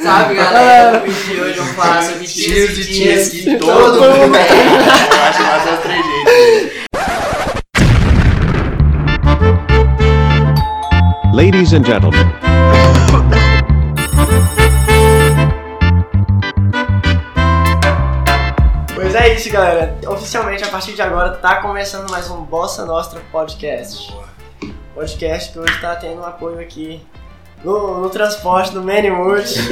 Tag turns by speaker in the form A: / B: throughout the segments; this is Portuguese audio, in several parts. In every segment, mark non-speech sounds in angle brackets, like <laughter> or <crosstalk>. A: Sabe, galera? O vídeo de hoje eu falar sobre tias e tias que todo mundo tem.
B: <laughs> Eu acho mais os três jeitos.
C: Ladies and gentlemen,
D: Pois é isso, galera. Oficialmente, a partir de agora, tá começando mais um Bossa Nostra Podcast. Podcast que hoje tá tendo um apoio aqui no, no transporte do Maniwood. <laughs>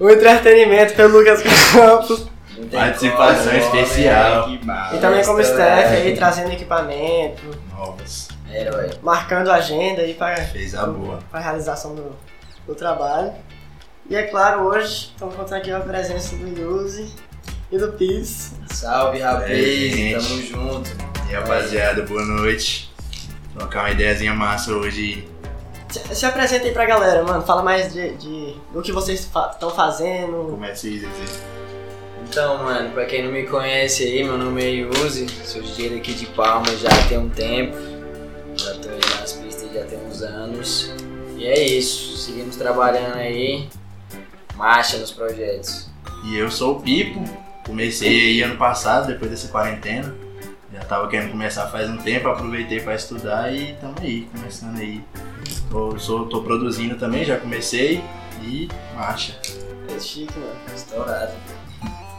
D: o entretenimento pelo Lucas Campos.
B: Participação
A: Tem como,
B: especial.
A: velho, que massa.
D: E também como staff aí,
A: velho.
D: trazendo equipamento,
B: Novas.
A: Herói.
D: marcando agenda aí pra,
B: Fez a boa.
D: pra realização do, do trabalho. E é claro, hoje estamos contando aqui com a presença do Yuzi e do Piz.
A: Salve, rapaz.
B: gente.
A: Tamo junto.
B: E aí, rapaziada, boa noite. Trocar uma ideiazinha massa hoje.
D: Se, se apresenta aí pra galera, mano. Fala mais de, de- do que vocês estão fazendo.
B: Comece aí, Zezé.
A: Então, mano, pra quem não me conhece aí, meu nome é Yuzi, sou DJ daqui de Palma já tem um tempo, já tô aí nas pistas já tem uns anos, e é isso, seguimos trabalhando aí, marcha nos projetos.
B: E eu sou o Pipo. Comecei aí ano passado, depois dessa quarentena. Já tava querendo começar faz um tempo, aproveitei pra estudar e tamo aí, começando aí. Tô, sou, tô produzindo também, já comecei. E marcha.
D: É chique, mano.
A: Estourado.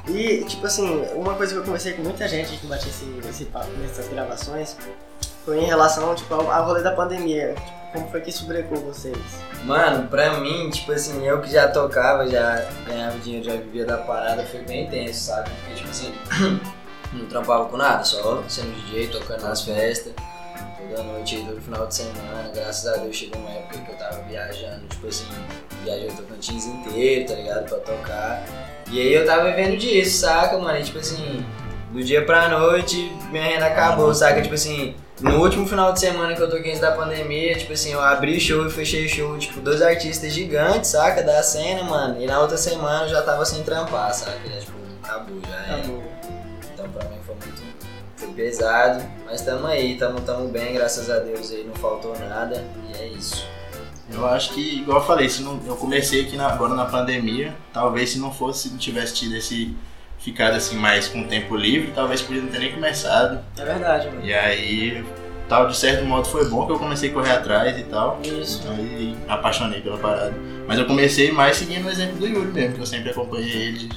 D: E, tipo assim, uma coisa que eu conversei com muita gente que bati esse, esse papo nessas gravações foi em relação, tipo, ao, ao rolê da pandemia. Tipo, como foi que sobrecou vocês?
A: Mano, pra mim, tipo assim, eu que já tocava, já ganhava dinheiro, já vivia da parada, foi bem tenso, sabe? Porque, tipo assim, não trampava com nada, só sendo DJ, tocando nas festas, toda noite, todo final de semana. Graças a Deus chegou uma época que eu tava viajando, tipo assim, viajando Tocantins inteiro, tá ligado? Pra tocar. E aí eu tava vivendo disso, saca, mano? E, tipo assim, do dia pra noite, minha renda acabou, saca? Tipo assim, no último final de semana que eu toquei antes da pandemia, tipo assim, eu abri show e fechei show, tipo, dois artistas gigantes, saca? Da cena, mano. E na outra semana eu já tava sem trampar, saca? Já, tipo, acabou, já era.
D: Acabou.
A: Então pra mim foi muito foi pesado, mas tamo aí, tamo, tamo bem, graças a Deus aí, não faltou nada e é isso.
B: Eu acho que, igual eu falei, se não, eu comecei aqui na- agora na pandemia, talvez se não fosse, não tivesse tido esse ficado assim mais com tempo livre, talvez podia não ter nem começado.
D: É verdade, mano.
B: E aí, tal de certo modo foi bom que eu comecei a correr atrás e tal.
D: Isso.
B: Aí apaixonei pela parada. Mas eu comecei mais seguindo o exemplo do Yuri mesmo, que eu sempre acompanhei ele de,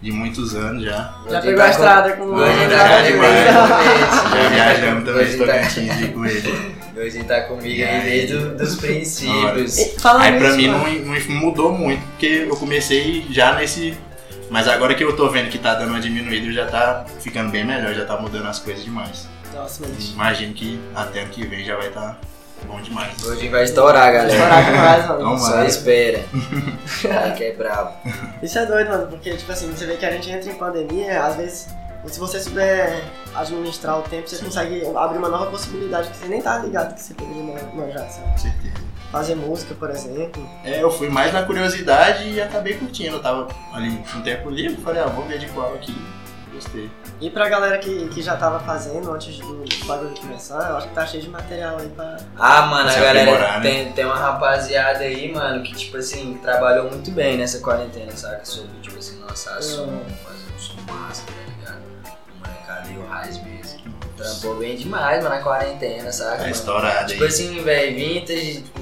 B: de muitos anos já.
D: Já pegou a estrada com é o
B: Hoje
A: Hoje
B: Gordinho
A: tá
B: tá
A: comigo.
B: Já viajamos também de
D: né?
B: Tocantins e com ele.
A: Hoje tá comigo aí desde o- dos princípios.
D: E, falando
B: Aí pra
D: nisso,
B: mim
D: mano,
B: não,
A: é.
B: não mudou muito, porque eu comecei já nesse. Mas agora que eu tô vendo que tá dando uma diminuída, já tá ficando bem melhor, já tá mudando as coisas demais.
D: Nossa, mano.
B: Imagino que até ano que vem já vai tá bom demais.
A: Hoje vai estourar,
D: Vai
A: galera.
D: Estourar demais, mano.
B: Toma.
A: Só
D: <laughs>
A: espera. Ai, que é brabo.
D: Isso é doido, mano, porque, tipo assim, você vê que a gente entra em pandemia, às vezes, se você souber administrar o tempo, você consegue abrir uma nova possibilidade que você nem tá ligado que você poderia man- manjar, sabe?
B: Com certeza.
D: Fazer música, por exemplo.
B: É, eu fui mais na curiosidade e acabei curtindo. Eu tava ali um tempo livre, falei, ah, vou ver de qual aqui. Gostei.
D: E pra galera que, que já tava fazendo antes do bagulho começar, eu acho que tá cheio de material aí pra.
A: Ah, mano, a
B: Se
A: galera
B: aprimorar, né?
A: tem, tem uma rapaziada aí, mano, que tipo assim, trabalhou muito bem nessa quarentena, saca? Sobre, tipo assim, lançar som,
D: Hum.
A: fazer um som massa, tá ligado? Molecada e o Raiz mesmo. Trampou bem demais, mano, na quarentena, saca?
B: Tá
A: mano?
B: estourado
A: Tipo
B: aí.
A: assim, velho, vintage, tipo,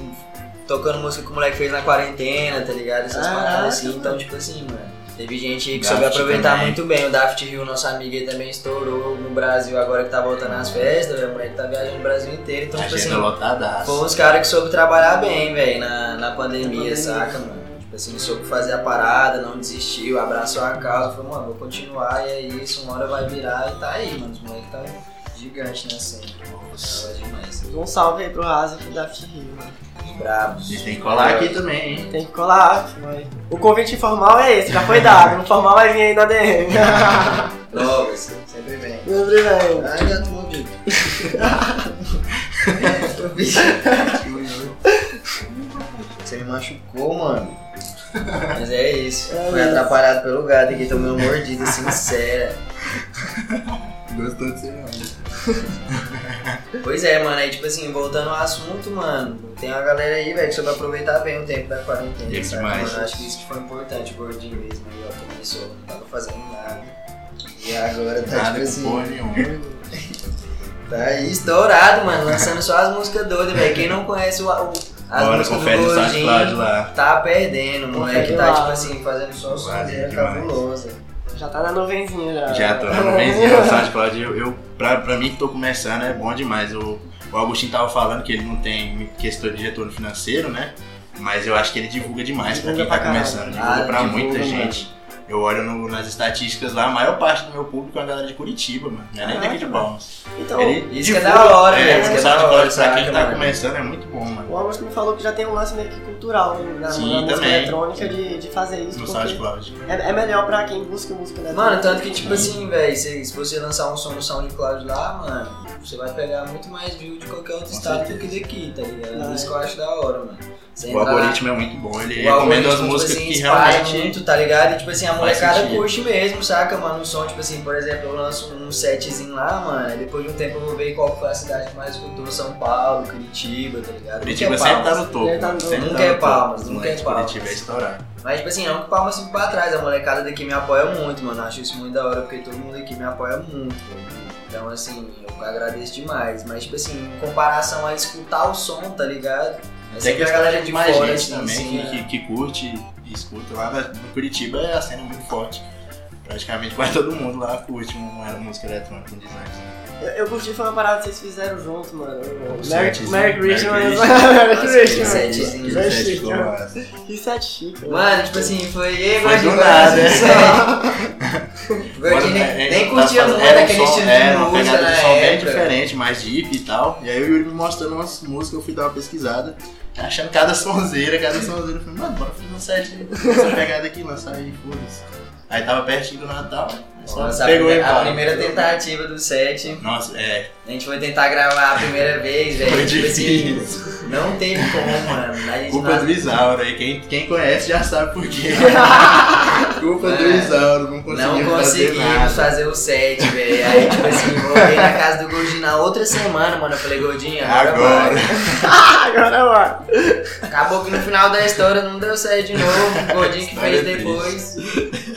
A: tocando música que o moleque fez na quarentena, tá ligado? Essas
D: Caraca,
A: paradas assim,
D: mano.
A: então, tipo assim, mano. Teve gente aí que
B: Daft
A: soube aproveitar
B: também.
A: muito bem. O Daft Hill, nosso amigo aí, também estourou no Brasil agora que tá voltando
B: Hum.
A: às festas, velho. O moleque tá viajando o Brasil inteiro, então, tipo assim.
B: Agenda lotada.
A: Foi uns caras que soube trabalhar bem, velho, na, na pandemia,
D: pandemia.
A: saca, mano? Tipo assim, soube fazer a parada, não desistiu, abraçou a causa, falou, mano, vou continuar e é isso, uma hora vai virar e tá aí, mano. Os moleques tá gigante né, cena. Nossa, demais. assim,
D: Um salve aí pro Raza aqui da Rio, mano.
B: A
A: Bravos. <laughs>
B: gente tem que colar aqui também, hein?
D: Tem que colar, mano. O convite informal é esse, já foi dado. O formal vai vir aí na DM. <laughs>
A: Logo, sempre bem.
D: Lembrei, velho.
A: Ah, já tomou de. <laughs> Você me machucou, mano. Mas é isso.
D: É
A: Foi
D: isso.
A: atrapalhado pelo gato aqui, tomei uma mordida sincera.
B: Gostou de ser não.
A: Pois é, mano, aí tipo assim, voltando ao assunto, mano, tem uma galera aí, velho, que soube aproveitar bem o tempo da quarentena,
B: Tempo
A: sabe,
B: demais.
A: mano? Eu acho que isso que foi importante, o gordinho mesmo, aí, ó, começou, não tava fazendo nada, e agora tá,
B: Nada
A: tipo
B: com
A: assim,
B: porra nenhuma.
A: tá aí estourado, mano, lançando só as músicas doidas, velho, quem não conhece o, o- as
B: Bora,
A: músicas
B: confere
A: do
B: o SoundCloud
A: gordinho,
B: lá.
A: tá perdendo, o moleque
D: Confere
A: tá,
D: lá.
A: tipo assim, fazendo só os
B: Vale
A: coisas
B: demais.
A: cabulosas.
D: Já tá na nuvenzinha já.
B: Já tô na
A: Ah.
B: <laughs> nuvenzinha
D: <laughs>
B: do SoundCloud. Eu, eu, pra, pra mim que tô começando é bom demais. O, o Agostinho tava falando que ele não tem questão de retorno financeiro, né? Mas eu acho que ele divulga demais pra quem tá
D: Divulga pra caralho.
B: começando. Divulga
A: Ah,
B: pra
A: divulga,
B: muita
A: mano.
B: gente. Eu olho no- nas estatísticas lá, a maior parte do meu público é uma galera de Curitiba, mano. Não é nem daqui de Palmas.
D: Então,
B: Ele
A: Isso que é
B: divulga-
A: da hora, né?
B: é,
A: Isso que
B: O
A: é da hora,
B: SoundCloud pra
A: saca,
B: quem tá
A: mano?
B: começando é muito bom, mano.
D: o Augusto me falou que já tem um lance meio que cultural né, na,
B: Sim,
D: na música
B: também.
D: eletrônica de, de fazer isso.
B: No
D: porque
B: SoundCloud.
D: é, é melhor pra quem busca música eletrônica.
A: Mano, tanto que, tipo assim, velho, se, se você lançar um som no SoundCloud lá, mano, você vai pegar muito mais view de qualquer outro
B: Com
A: estado do que daqui, tá ligado?
D: Ah,
A: Isso
D: é.
A: que eu acho da hora, mano. Você
B: O
A: entra lá,
B: algoritmo é muito bom. Ele
A: o
B: recomenda
A: algoritmo,
B: as
A: tipo
B: músicas
A: assim,
B: que
A: espalha
B: realmente.
A: muito, tá ligado? E, tipo assim, a molecada
B: sentido.
A: curte mesmo, saca, mano? Um som, tipo assim, por exemplo, eu lanço um setzinho lá, mano, e depois de um tempo eu vou ver qual foi a cidade que mais escutou, São Paulo, Curitiba, tá ligado?
B: Curitiba
A: Nunca é
B: sempre tá
A: Palmas.
B: no topo.
D: Ele tá no
B: mano.
D: topo.
B: Sempre
A: Nunca
B: tá
A: é
B: no topo.
A: Palmas,
B: Os
A: nunca
B: moleques
A: é
B: de
A: Palmas.
B: Curitiba é estourado.
A: Mas, tipo assim, não que palma assim pra trás, a molecada daqui me apoia muito, mano. Eu Acho isso muito da hora, porque todo mundo aqui me apoia muito. velho. Então, assim, eu agradeço demais. Mas, tipo assim, em comparação a escutar o som, tá ligado? Mas
B: Tem
A: sempre
B: que
A: a galera de
B: mais
A: fora,
B: gente
A: assim,
B: também
A: assim,
B: que,
A: né?
B: que, que curte e escuta. Lá na- no Curitiba é a cena muito forte. Praticamente quase todo mundo lá curte uma música eletrônica, um design.
D: Eu, eu curti, foi uma parada que vocês fizeram junto, mano. O Merry,
B: setzinho. né?
D: Merry
B: Merry
D: Christmas.
B: Christmas.
A: Nossa, que set.
B: Aquele
D: <laughs> Merry Christmas. Vai
B: set
D: ser,
B: ficou
D: cara.
B: massa.
D: Que set chique. mano.
A: Mano, tipo assim, foi eu
B: Foi do
A: Gordinho,
B: nada,
A: assim,
B: né?
A: sabe?
B: <laughs>
A: O
B: Quando,
A: Gordinho
B: é,
A: nem, nem
B: tá
A: curtia
B: fazendo-
A: muito
B: era um
A: aquele
B: som-
A: estilo
B: era
A: de
B: uma
A: música
B: pegada
A: na
B: de som bem
A: época.
B: diferente, mais deep e tal. E aí o Yuri me mostrando umas músicas, eu fui dar uma pesquisada, achando cada sonzeira, cada sonzeira. Eu falei, mano, bora fazer um set essa pegada aqui, lançar aí, foda-se. Aí tava pertinho do Natal, né? aí só
A: Nossa, a,
B: pegou
A: prime-
B: e
A: a
B: pá.
A: primeira tentativa do set,
B: Nossa, é,
A: a gente foi tentar gravar a
B: <laughs>
A: primeira vez, velho.
B: foi
A: tipo assim,
B: difícil.
A: Não teve como, mano. A gente
B: Culpa
A: nós-
B: do Isauro aí, quem, quem conhece já sabe
A: <laughs>
B: por quê. Culpa do
A: É.
B: Isauro, não conseguiu
A: Não
B: fazer
A: conseguimos
B: nada.
A: fazer o set, velho. Aí, tipo assim, voltei na casa do Gordinho na outra semana, mano. Eu falei, Gordinho, agora,
B: Agora.
A: vai.
D: <laughs> Agora, mano.
A: Acabou que no final da história não deu certo de novo. O Gordinho que
B: História é
A: fez depois.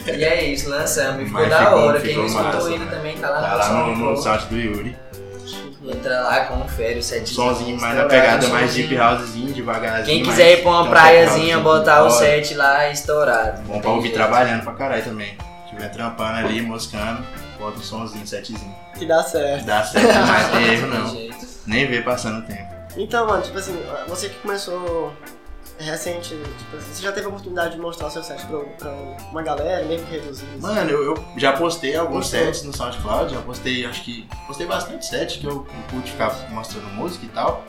A: E é isso, lançamos. E ficou
B: Mas
A: da
B: ficou-
A: hora. Quem
B: ficou
A: não escutou
B: massa,
A: ainda
B: né?
A: também tá lá
B: Tá lá no, no
A: som.
B: site do Yuri.
A: Entra lá, confere o set. tá
B: Um Sonzinho mais na pegada, mais deep housezinho, devagarzinho.
A: Quem
B: mais
A: quiser ir pra uma
B: tempo
A: praiazinha,
B: calmo,
A: botar o
B: bora.
A: set lá é estourado.
B: Bom pra ouvir trabalhando pra caralho também. Se tiver trampando ali, moscando, bota um sonzinho, setzinho.
D: Que dá certo.
B: Dá
A: <laughs>
B: certo demais, tem erro
A: Não tem
B: não.
A: jeito.
B: Nem vê passando tempo.
D: Então, mano, tipo assim, você que começou recente, tipo assim, você já teve a oportunidade de mostrar o seu set pra, pra uma galera, mesmo que reduzido? <laughs> assim?
B: Mano, eu, eu já postei alguns
D: Gostou?
B: sets no SoundCloud, já postei, acho que. Postei bastante sets que eu eu pude ficar mostrando música e tal.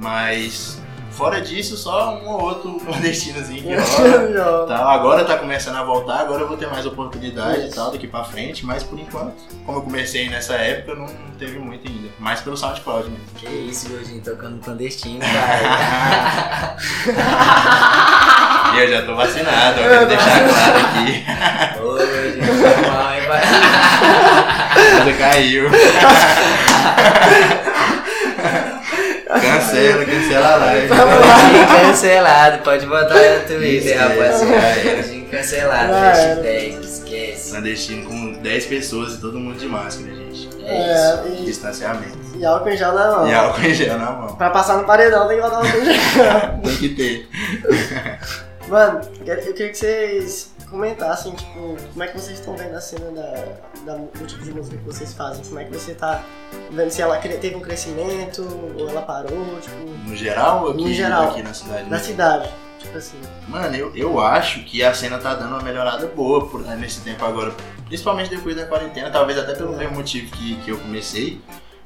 B: Mas fora disso, só um ou outro <laughs> nordestinozinho
D: <laughs>
B: que rola. <laughs>
D: Não.
B: Tal. Agora tá começando a voltar, agora eu vou ter mais oportunidade e
D: Isso.
B: tal daqui pra frente, mas por enquanto, como eu comecei nessa época, não não teve muito ainda. Mais pelo SoundCloud mesmo. <laughs>
A: Que isso, Gordinho, tocando clandestino, cara.
B: E eu já tô vacinado, eu quero deixar claro aqui.
A: Ô, Gordinho, foi mal, hein, pai?
B: Ela <laughs> caiu. cancela, cancela a live.
A: Gordinho cancelado, pode botar aí no
B: Esquece,
A: Twitter, rapaziada.
B: cara.
A: Gordinho cancelado,
D: Já era.
A: hashtag, esquece.
B: Clandestino com 10 pessoas e todo mundo de máscara, gente.
A: É isso.
D: É, e,
B: Distanciamento.
D: e álcool em gel na mão.
B: E álcool em gel na mão.
D: é, Pra passar no paredão tem que botar álcool em gel.
B: Tem que ter.
D: mano, eu quero- eu queria que vocês comentassem, tipo, como é que vocês estão vendo a cena da, da- do tipo de música que vocês fazem? Como é que você tá vendo se ela cre- teve um crescimento ou ela parou, tipo,
B: No geral ou aqui,
D: No geral.
B: aqui na cidade? né?
D: na cidade, tipo assim.
B: Mano, eu, eu acho que a cena tá dando uma melhorada boa por, né, nesse tempo agora. Principalmente depois da quarentena, talvez até pelo mesmo motivo que, que eu comecei.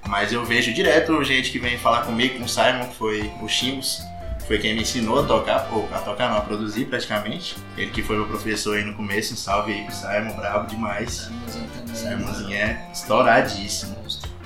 B: Mas eu vejo direto gente que vem falar comigo, com o Simon, que foi o Chimbos, que foi quem me ensinou a tocar, ou a tocar não, a produzir praticamente. Ele que foi meu professor aí no começo, um salve aí pro Simon, brabo demais.
A: Simonzinho também.
B: Simonzinho é estouradíssimo.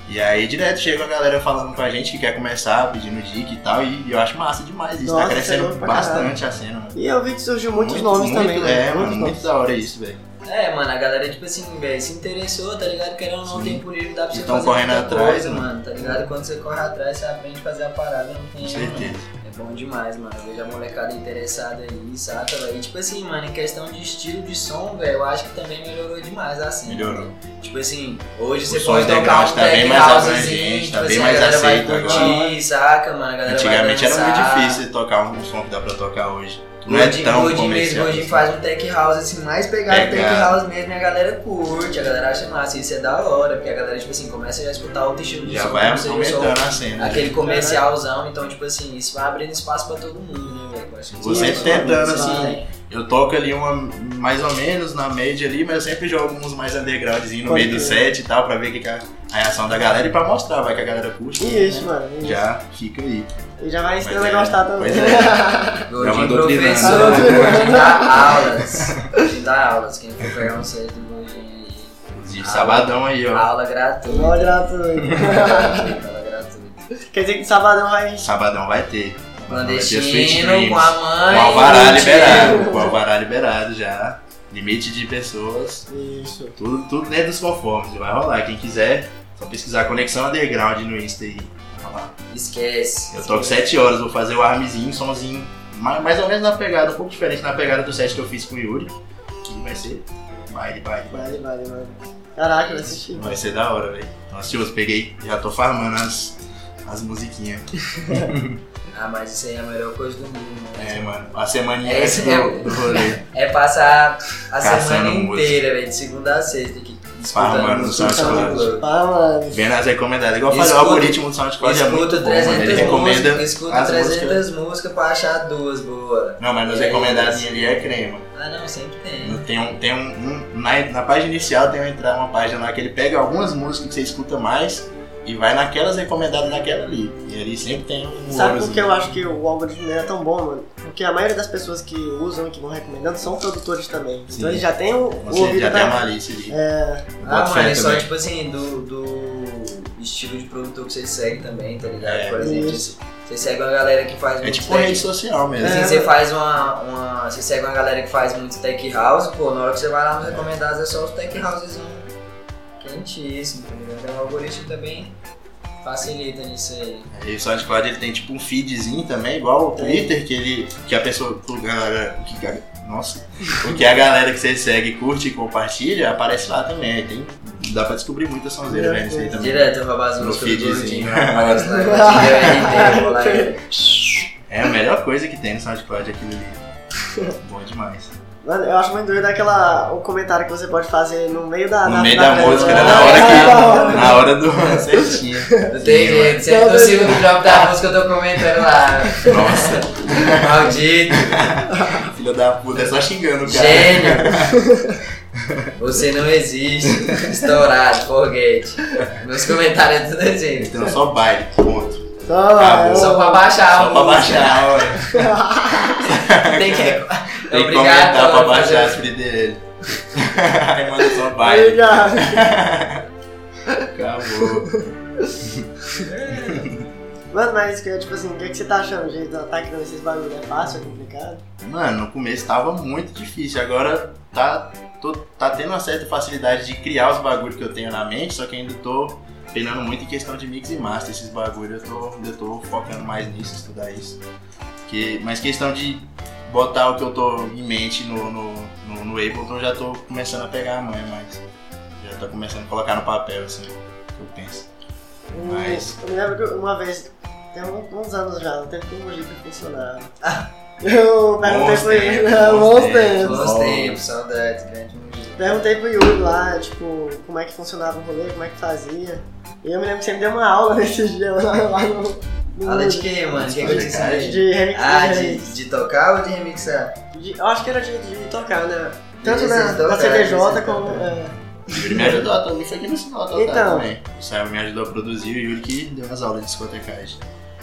B: E aí direto chega a galera falando com a gente que quer começar, pedindo dica e tal, e eu acho massa demais isso.
D: Nossa,
B: tá
D: isso é
B: crescendo
D: louco pra
B: bastante a cena, mano.
D: E eu vi que surgiu muitos
B: Muito,
D: nomes
B: muito,
D: também, né?
B: É, mano,
D: Muitos
B: muito
D: nomes.
B: da hora isso, velho.
A: É, mano, a galera, tipo assim, velho, se interessou, tá ligado? Querendo ou não,
B: Sim.
A: tempo livre dá pra
B: E
A: você
B: tão
A: fazer
B: correndo
A: muita
B: atrás,
A: coisa,
B: né?
A: mano, tá ligado? Quando você corre atrás, você aprende a fazer a parada, não tem
B: Com
A: erro, não.
B: certeza.
A: É bom demais, mano. Eu vejo a molecada interessada aí, saca, velho? E, tipo assim, mano, em questão de estilo de som, velho, eu acho que também melhorou demais, assim.
B: Melhorou.
A: Tipo assim, hoje
B: O
A: você
B: som
A: pode tocar
B: underground
A: um
B: tá bem
A: tech
B: mais
A: housezinho,
B: abrangente,
A: tipo
B: tá bem
A: assim,
B: mais
A: a galera vai
B: aceito
A: curtir, saca, mano? A galera
B: Antigamente
A: vai
B: era muito
A: dançar.
B: difícil tocar um som que dá pra tocar hoje. Não é
A: Gordinho,
B: tão
A: Gordinho mesmo,
B: comercial.
A: Gordinho faz um tech house assim, mais pegado tech
B: Pegado.
A: house mesmo e a galera curte, a galera acha massa, isso é da hora, porque a galera, tipo assim, começa já a escutar outro estilo de
B: Já
A: som,
B: vai
A: não seja só
B: aumentando a cena. né?
A: aquele comercialzão, então, tipo assim, isso vai abrindo espaço pra todo mundo, né, velho? Eu acho que
B: Você
A: isso é
B: tentando,
A: bacana,
B: assim,
A: sabe?
B: Eu toco ali uma mais ou menos na média ali, mas eu sempre jogo uns mais undergroundzinho no
D: Pode
B: meio do
D: crer.
B: set e tal, pra ver que que é a reação da galera e pra mostrar, vai que a galera curte. né?
D: E isso, mano. e
B: Já fica aí.
D: isso. E já vai a estrela
B: Mas é,
D: gostar também.
B: pois é. né? Já
A: Gordinho
B: mandou
A: professor,
D: treinar.
A: Gordinho dá aulas. Gordinho dá aulas, quem for pegar um set do Gordinho
B: De sabadão aí,
A: aí,
B: ó.
A: aula gratuita.
D: Não é gratuito.
A: <laughs> aula gratuita.
D: Quer dizer que sabadão vai.
B: Sabadão vai ter.
A: Clandestino com a mãe.
B: é Com alvará
A: e o tio.
B: liberado. Com alvará liberado já. Limite de pessoas.
D: Isso.
B: Tudo, tudo dentro dos conformes. Vai rolar. Quem quiser, só pesquisar Conexão Underground no Insta aí. Vai lá.
A: Esquece.
B: Eu toco 7 horas, vou fazer o armzinho, somzinho, ma- mais ou menos na pegada, um pouco diferente na pegada do set que eu fiz com o Yuri, que vai ser baile, baile, baile.
D: Vale, vale, vale. Caraca, vai assistir.
B: Vai ser da hora, velho. Então, ansioso, peguei, já tô farmando as, as musiquinhas.
A: Ah, mas isso aí é a melhor coisa do mundo,
B: É,
A: né?
B: mano, a semaninha
A: É esse
B: antes do,
A: mesmo.
B: do rolê.
A: É, passar a
B: Caçando
A: semana
B: música.
A: inteira, velho, de segunda a sexta aqui. escutando
B: Farmando no
A: música,
B: SoundCloud.
A: escutando
D: Ah, mano.
B: Vendo as recomendadas. Igual eu falei, o
A: Escuta-
B: algoritmo do SoundCloud é muito
A: Escuto
B: bom, mano. Ele
A: 300 músicas,
B: recomenda
A: escuto
B: as
A: 300
B: músicas.
A: músicas pra achar duas boas.
B: Não, mas nas
A: É,
B: recomendadas
A: isso.
B: ali é crema.
A: Ah, não, sempre tem.
B: Tem um, tem um, um- na, na página inicial tem uma, entrada- uma página lá que ele pega algumas músicas que você escuta mais e vai naquelas recomendadas naquela ali. E ali sempre tem um
D: Sabe por
B: ourozinho.
D: que eu acho que o algoritmo não é tão bom, mano? Porque a maioria das pessoas que usam e que vão recomendando são produtores também.
B: Sim.
D: Então eles já têm o, o
B: Você
D: ouvido
B: já tem a
D: <laughs> pra...
B: malícia ali.
D: É,
A: Ah,
B: Bota fé
A: mano, é só
B: também.
A: tipo assim, do, do estilo de produtor que você segue também, tá ligado?
B: É,
A: Por exemplo,
D: isso.
A: você segue uma galera que faz
B: É
A: muito
B: tipo
A: tech
B: rede social mesmo.
A: Assim,
D: É.
A: você faz uma, uma. Você segue uma galera que faz muito tech house, pô, na hora que você vai lá nos recomendados é só os tech houses quentíssimo, tá ligado? Então, O algoritmo também facilita nisso aí.
B: E o SoundCloud ele tem tipo um feedzinho também, igual o
D: Tem.
B: Twitter, que ele. que a pessoa. o galera- o que a- nossa. o que a galera que você segue, curte e compartilha, aparece lá também. Aí tem. Dá pra descobrir muita sonzeira,
D: Meu
B: velho, isso aí também.
A: Direto roubar as
B: No
A: músicas do
B: feedzinho.
A: Gordinho, aparece lá,
B: <laughs>
A: Gordinho, RT, vou lá e-
B: É a melhor coisa que tem no SoundCloud é aquilo ali. Bom demais.
D: mano, eu acho muito doido aquela, o comentário que você pode fazer no meio da...
B: No
D: da-
B: meio da música,
A: Ah,
B: né? Na
D: <laughs> da
B: hora
D: hora.
B: que. né? Na hora do. Certinho.
A: Não tem medo, é sempre no segundo drop da música eu tô comentando lá.
B: Nossa,
A: Maldito,
B: filho da puta, é só xingando o cara.
A: gênio. Você não existe. Estourado, foguete. Meus comentários é tudo assim.
B: Então só baile, ponto.
D: Só, é,
B: Acabou.
A: Só pra baixar, um.
B: Só pra baixar, olha.
A: Tá <laughs> né?
B: <laughs>
A: Tem que,
B: Tem que
A: <laughs> Obrigado,
B: comentar pra
A: Paulo,
B: baixar as
A: fazer-
B: free dele. Aí manda só baile.
D: Obrigado.
B: Acabou.
D: Mano, mas que, tipo assim, o que, é que você tá achando? O jeito do ataque não, esses bagulho é fácil, é complicado?
B: Mano, no começo tava muito difícil. Agora tá, tô, tá tendo uma certa facilidade de criar os bagulhos que eu tenho na mente, só que ainda tô penando muito em questão de mix e master, esses bagulhos. Eu tô, eu tô focando mais nisso, estudar isso. Que, mas questão de botar o que eu tô em mente no, no, no, no Ableton, eu já tô começando a pegar a manha, mas já tô começando a colocar no papel, assim, o que eu penso. Mas-
D: Eu me lembro que uma vez, tem um- uns anos já, não teve como o Jeep funcionar. Eu perguntei
B: Bons
D: pro Yuri,
B: tempos,
D: <laughs> né?
B: bons
D: Bons tempos.
A: Bons tempos, saudades, grande mundo.
D: Perguntei pro Yuri lá, tipo, como é que funcionava o rolê, como é que fazia. E eu me lembro que você me deu uma aula <laughs> nesse dia lá, lá no. no-
A: Fala de quê, mano? O que, que eu te ensinei?
D: De remix.
A: Ah,
D: de
A: de,
D: remix.
A: de tocar ou de remixar?
D: De- eu acho que era de, de tocar, né? Tanto
A: Esses
D: na, na
A: tocar,
D: CDJ
A: esses
D: como.
A: tocar.
D: é.
B: Yuri me ajudou, a Tony foi aqui me ensinou a tocar
D: Então.
B: tá? também. O Simon me ajudou a produzir e o Yuri que deu umas aulas de discotecagem.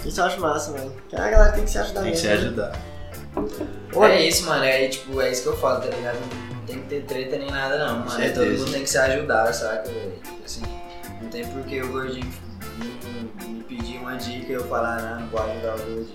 D: isso eu acho massa, mano. Que a galera tem que se ajudar
B: Tem que
D: mesmo.
B: se ajudar.
D: Olha,
A: É isso, mano. É, tipo, é isso que eu falo, tá ligado? Não tem que ter treta nem nada, não, mano. É, todo
B: certeza.
A: mundo tem que se ajudar, saca, velho? Tipo Assim, não tem por que o gordinho me, me pedir uma dica e eu falar, "Ah, não, não vou ajudar o gordinho.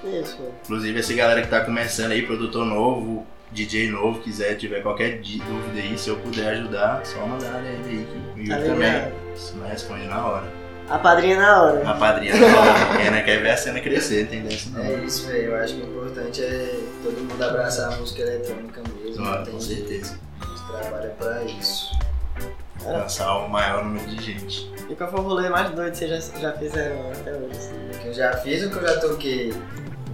A: porque
D: isso, mano.
B: Inclusive, essa galera que tá começando aí, produtor novo, DJ novo quiser, tiver qualquer di- dúvida aí, se eu puder ajudar, só mandar a DM aí que o
D: Tá
B: Yuri também
D: ligado?
B: se não responde na hora.
D: A padrinha é na hora.
B: A padrinha na hora, quem não quer ver a cena crescer, tem dessa não.
A: É isso, velho. Eu acho que o importante é todo mundo abraçar a música eletrônica mesmo.
B: Ah,
A: tem
B: com certeza.
A: gente que trabalha pra isso.
B: Alcançar o maior número de gente.
D: E qual foi o rolê mais doido que vocês já, já fizeram até hoje? assim?
A: O que eu já fiz ou que eu já toquei?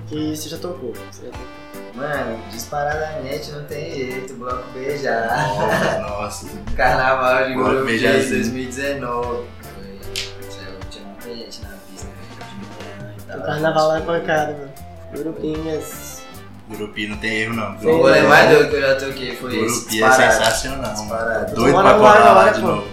D: Que você já tocou? Você já tocou.
A: Mano, disparadamente não tem jeito. Bloco B já.
B: Nossa, nossa.
A: Carnaval de
B: Bloco
A: Ouro
B: B
A: Verde
B: já, sim.
A: 2019. Foi. Céu, Tinha muita gente na pista, né? De manhã e tal.
D: O carnaval lá é pancada, mano. Grupinhas.
B: Gurupi não tem erro não.
A: Foi O rolê mais doido que eu já toquei foi esse.
B: Gurupi é
A: né? disparado.
B: sensacional. mano.
A: Disparado.
B: Doido
D: Bora
B: pra
D: lá,
B: colar lá
D: bora,
B: de
D: pô.
B: novo.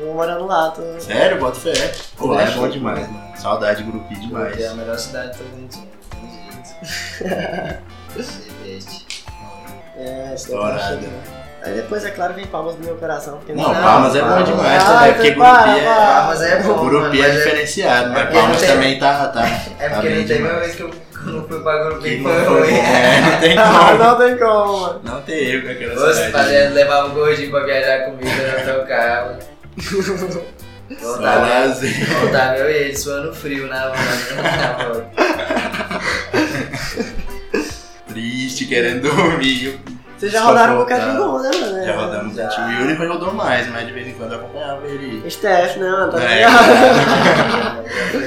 D: Eu morando lá, tô.
B: Sério, bota fé. Pô, lá é
D: acha?
B: bom demais, mano. Saudade de Gurupi demais.
A: É a melhor cidade de Tocantins. Tem jeito. né?
D: <laughs>
A: Se veste.
D: É,
B: Estourada.
D: tô achando. Aí depois, é claro, vem palmas do meu coração. Porque
B: né? Não,
A: Não,
B: Palmas é bom
A: Palmas.
B: demais também,
D: Ai,
B: porque
D: então para,
B: Gurupi é...
D: para.
A: Palmas é bom, mano,
B: Gurupi é
A: mas é-
B: diferenciado,
A: é
B: mas
A: porque
B: Palmas
A: não tem-
B: também tá... tá
A: É
B: tá
A: porque
B: bem
A: não teve uma
B: demais.
A: vez que eu que eu não fui pra grupo
B: Que
A: e
B: não
A: foi
B: foi bom.
A: ruim.
B: É,
A: <laughs>
B: não tem
D: Ah,
B: como.
D: não tem como, mano.
B: Não tem erro com aquela
A: Os
B: cidade.
A: fazendo levava o gordinho pra viajar comigo, eu não tocava.
B: Só
A: Voltava,
B: lazer.
A: voltava eu e ele suando frio na volta.
B: Triste, querendo dormir.
D: Vocês já rodaram um
B: Desconfortável.
D: bocadinho bom, né, mano?
B: Já rodamos.
A: Já.
B: O Yuri rodou mais, mas de vez em quando eu acompanhava ele.
D: STF, né, mano? Tá
B: É.
D: ligado?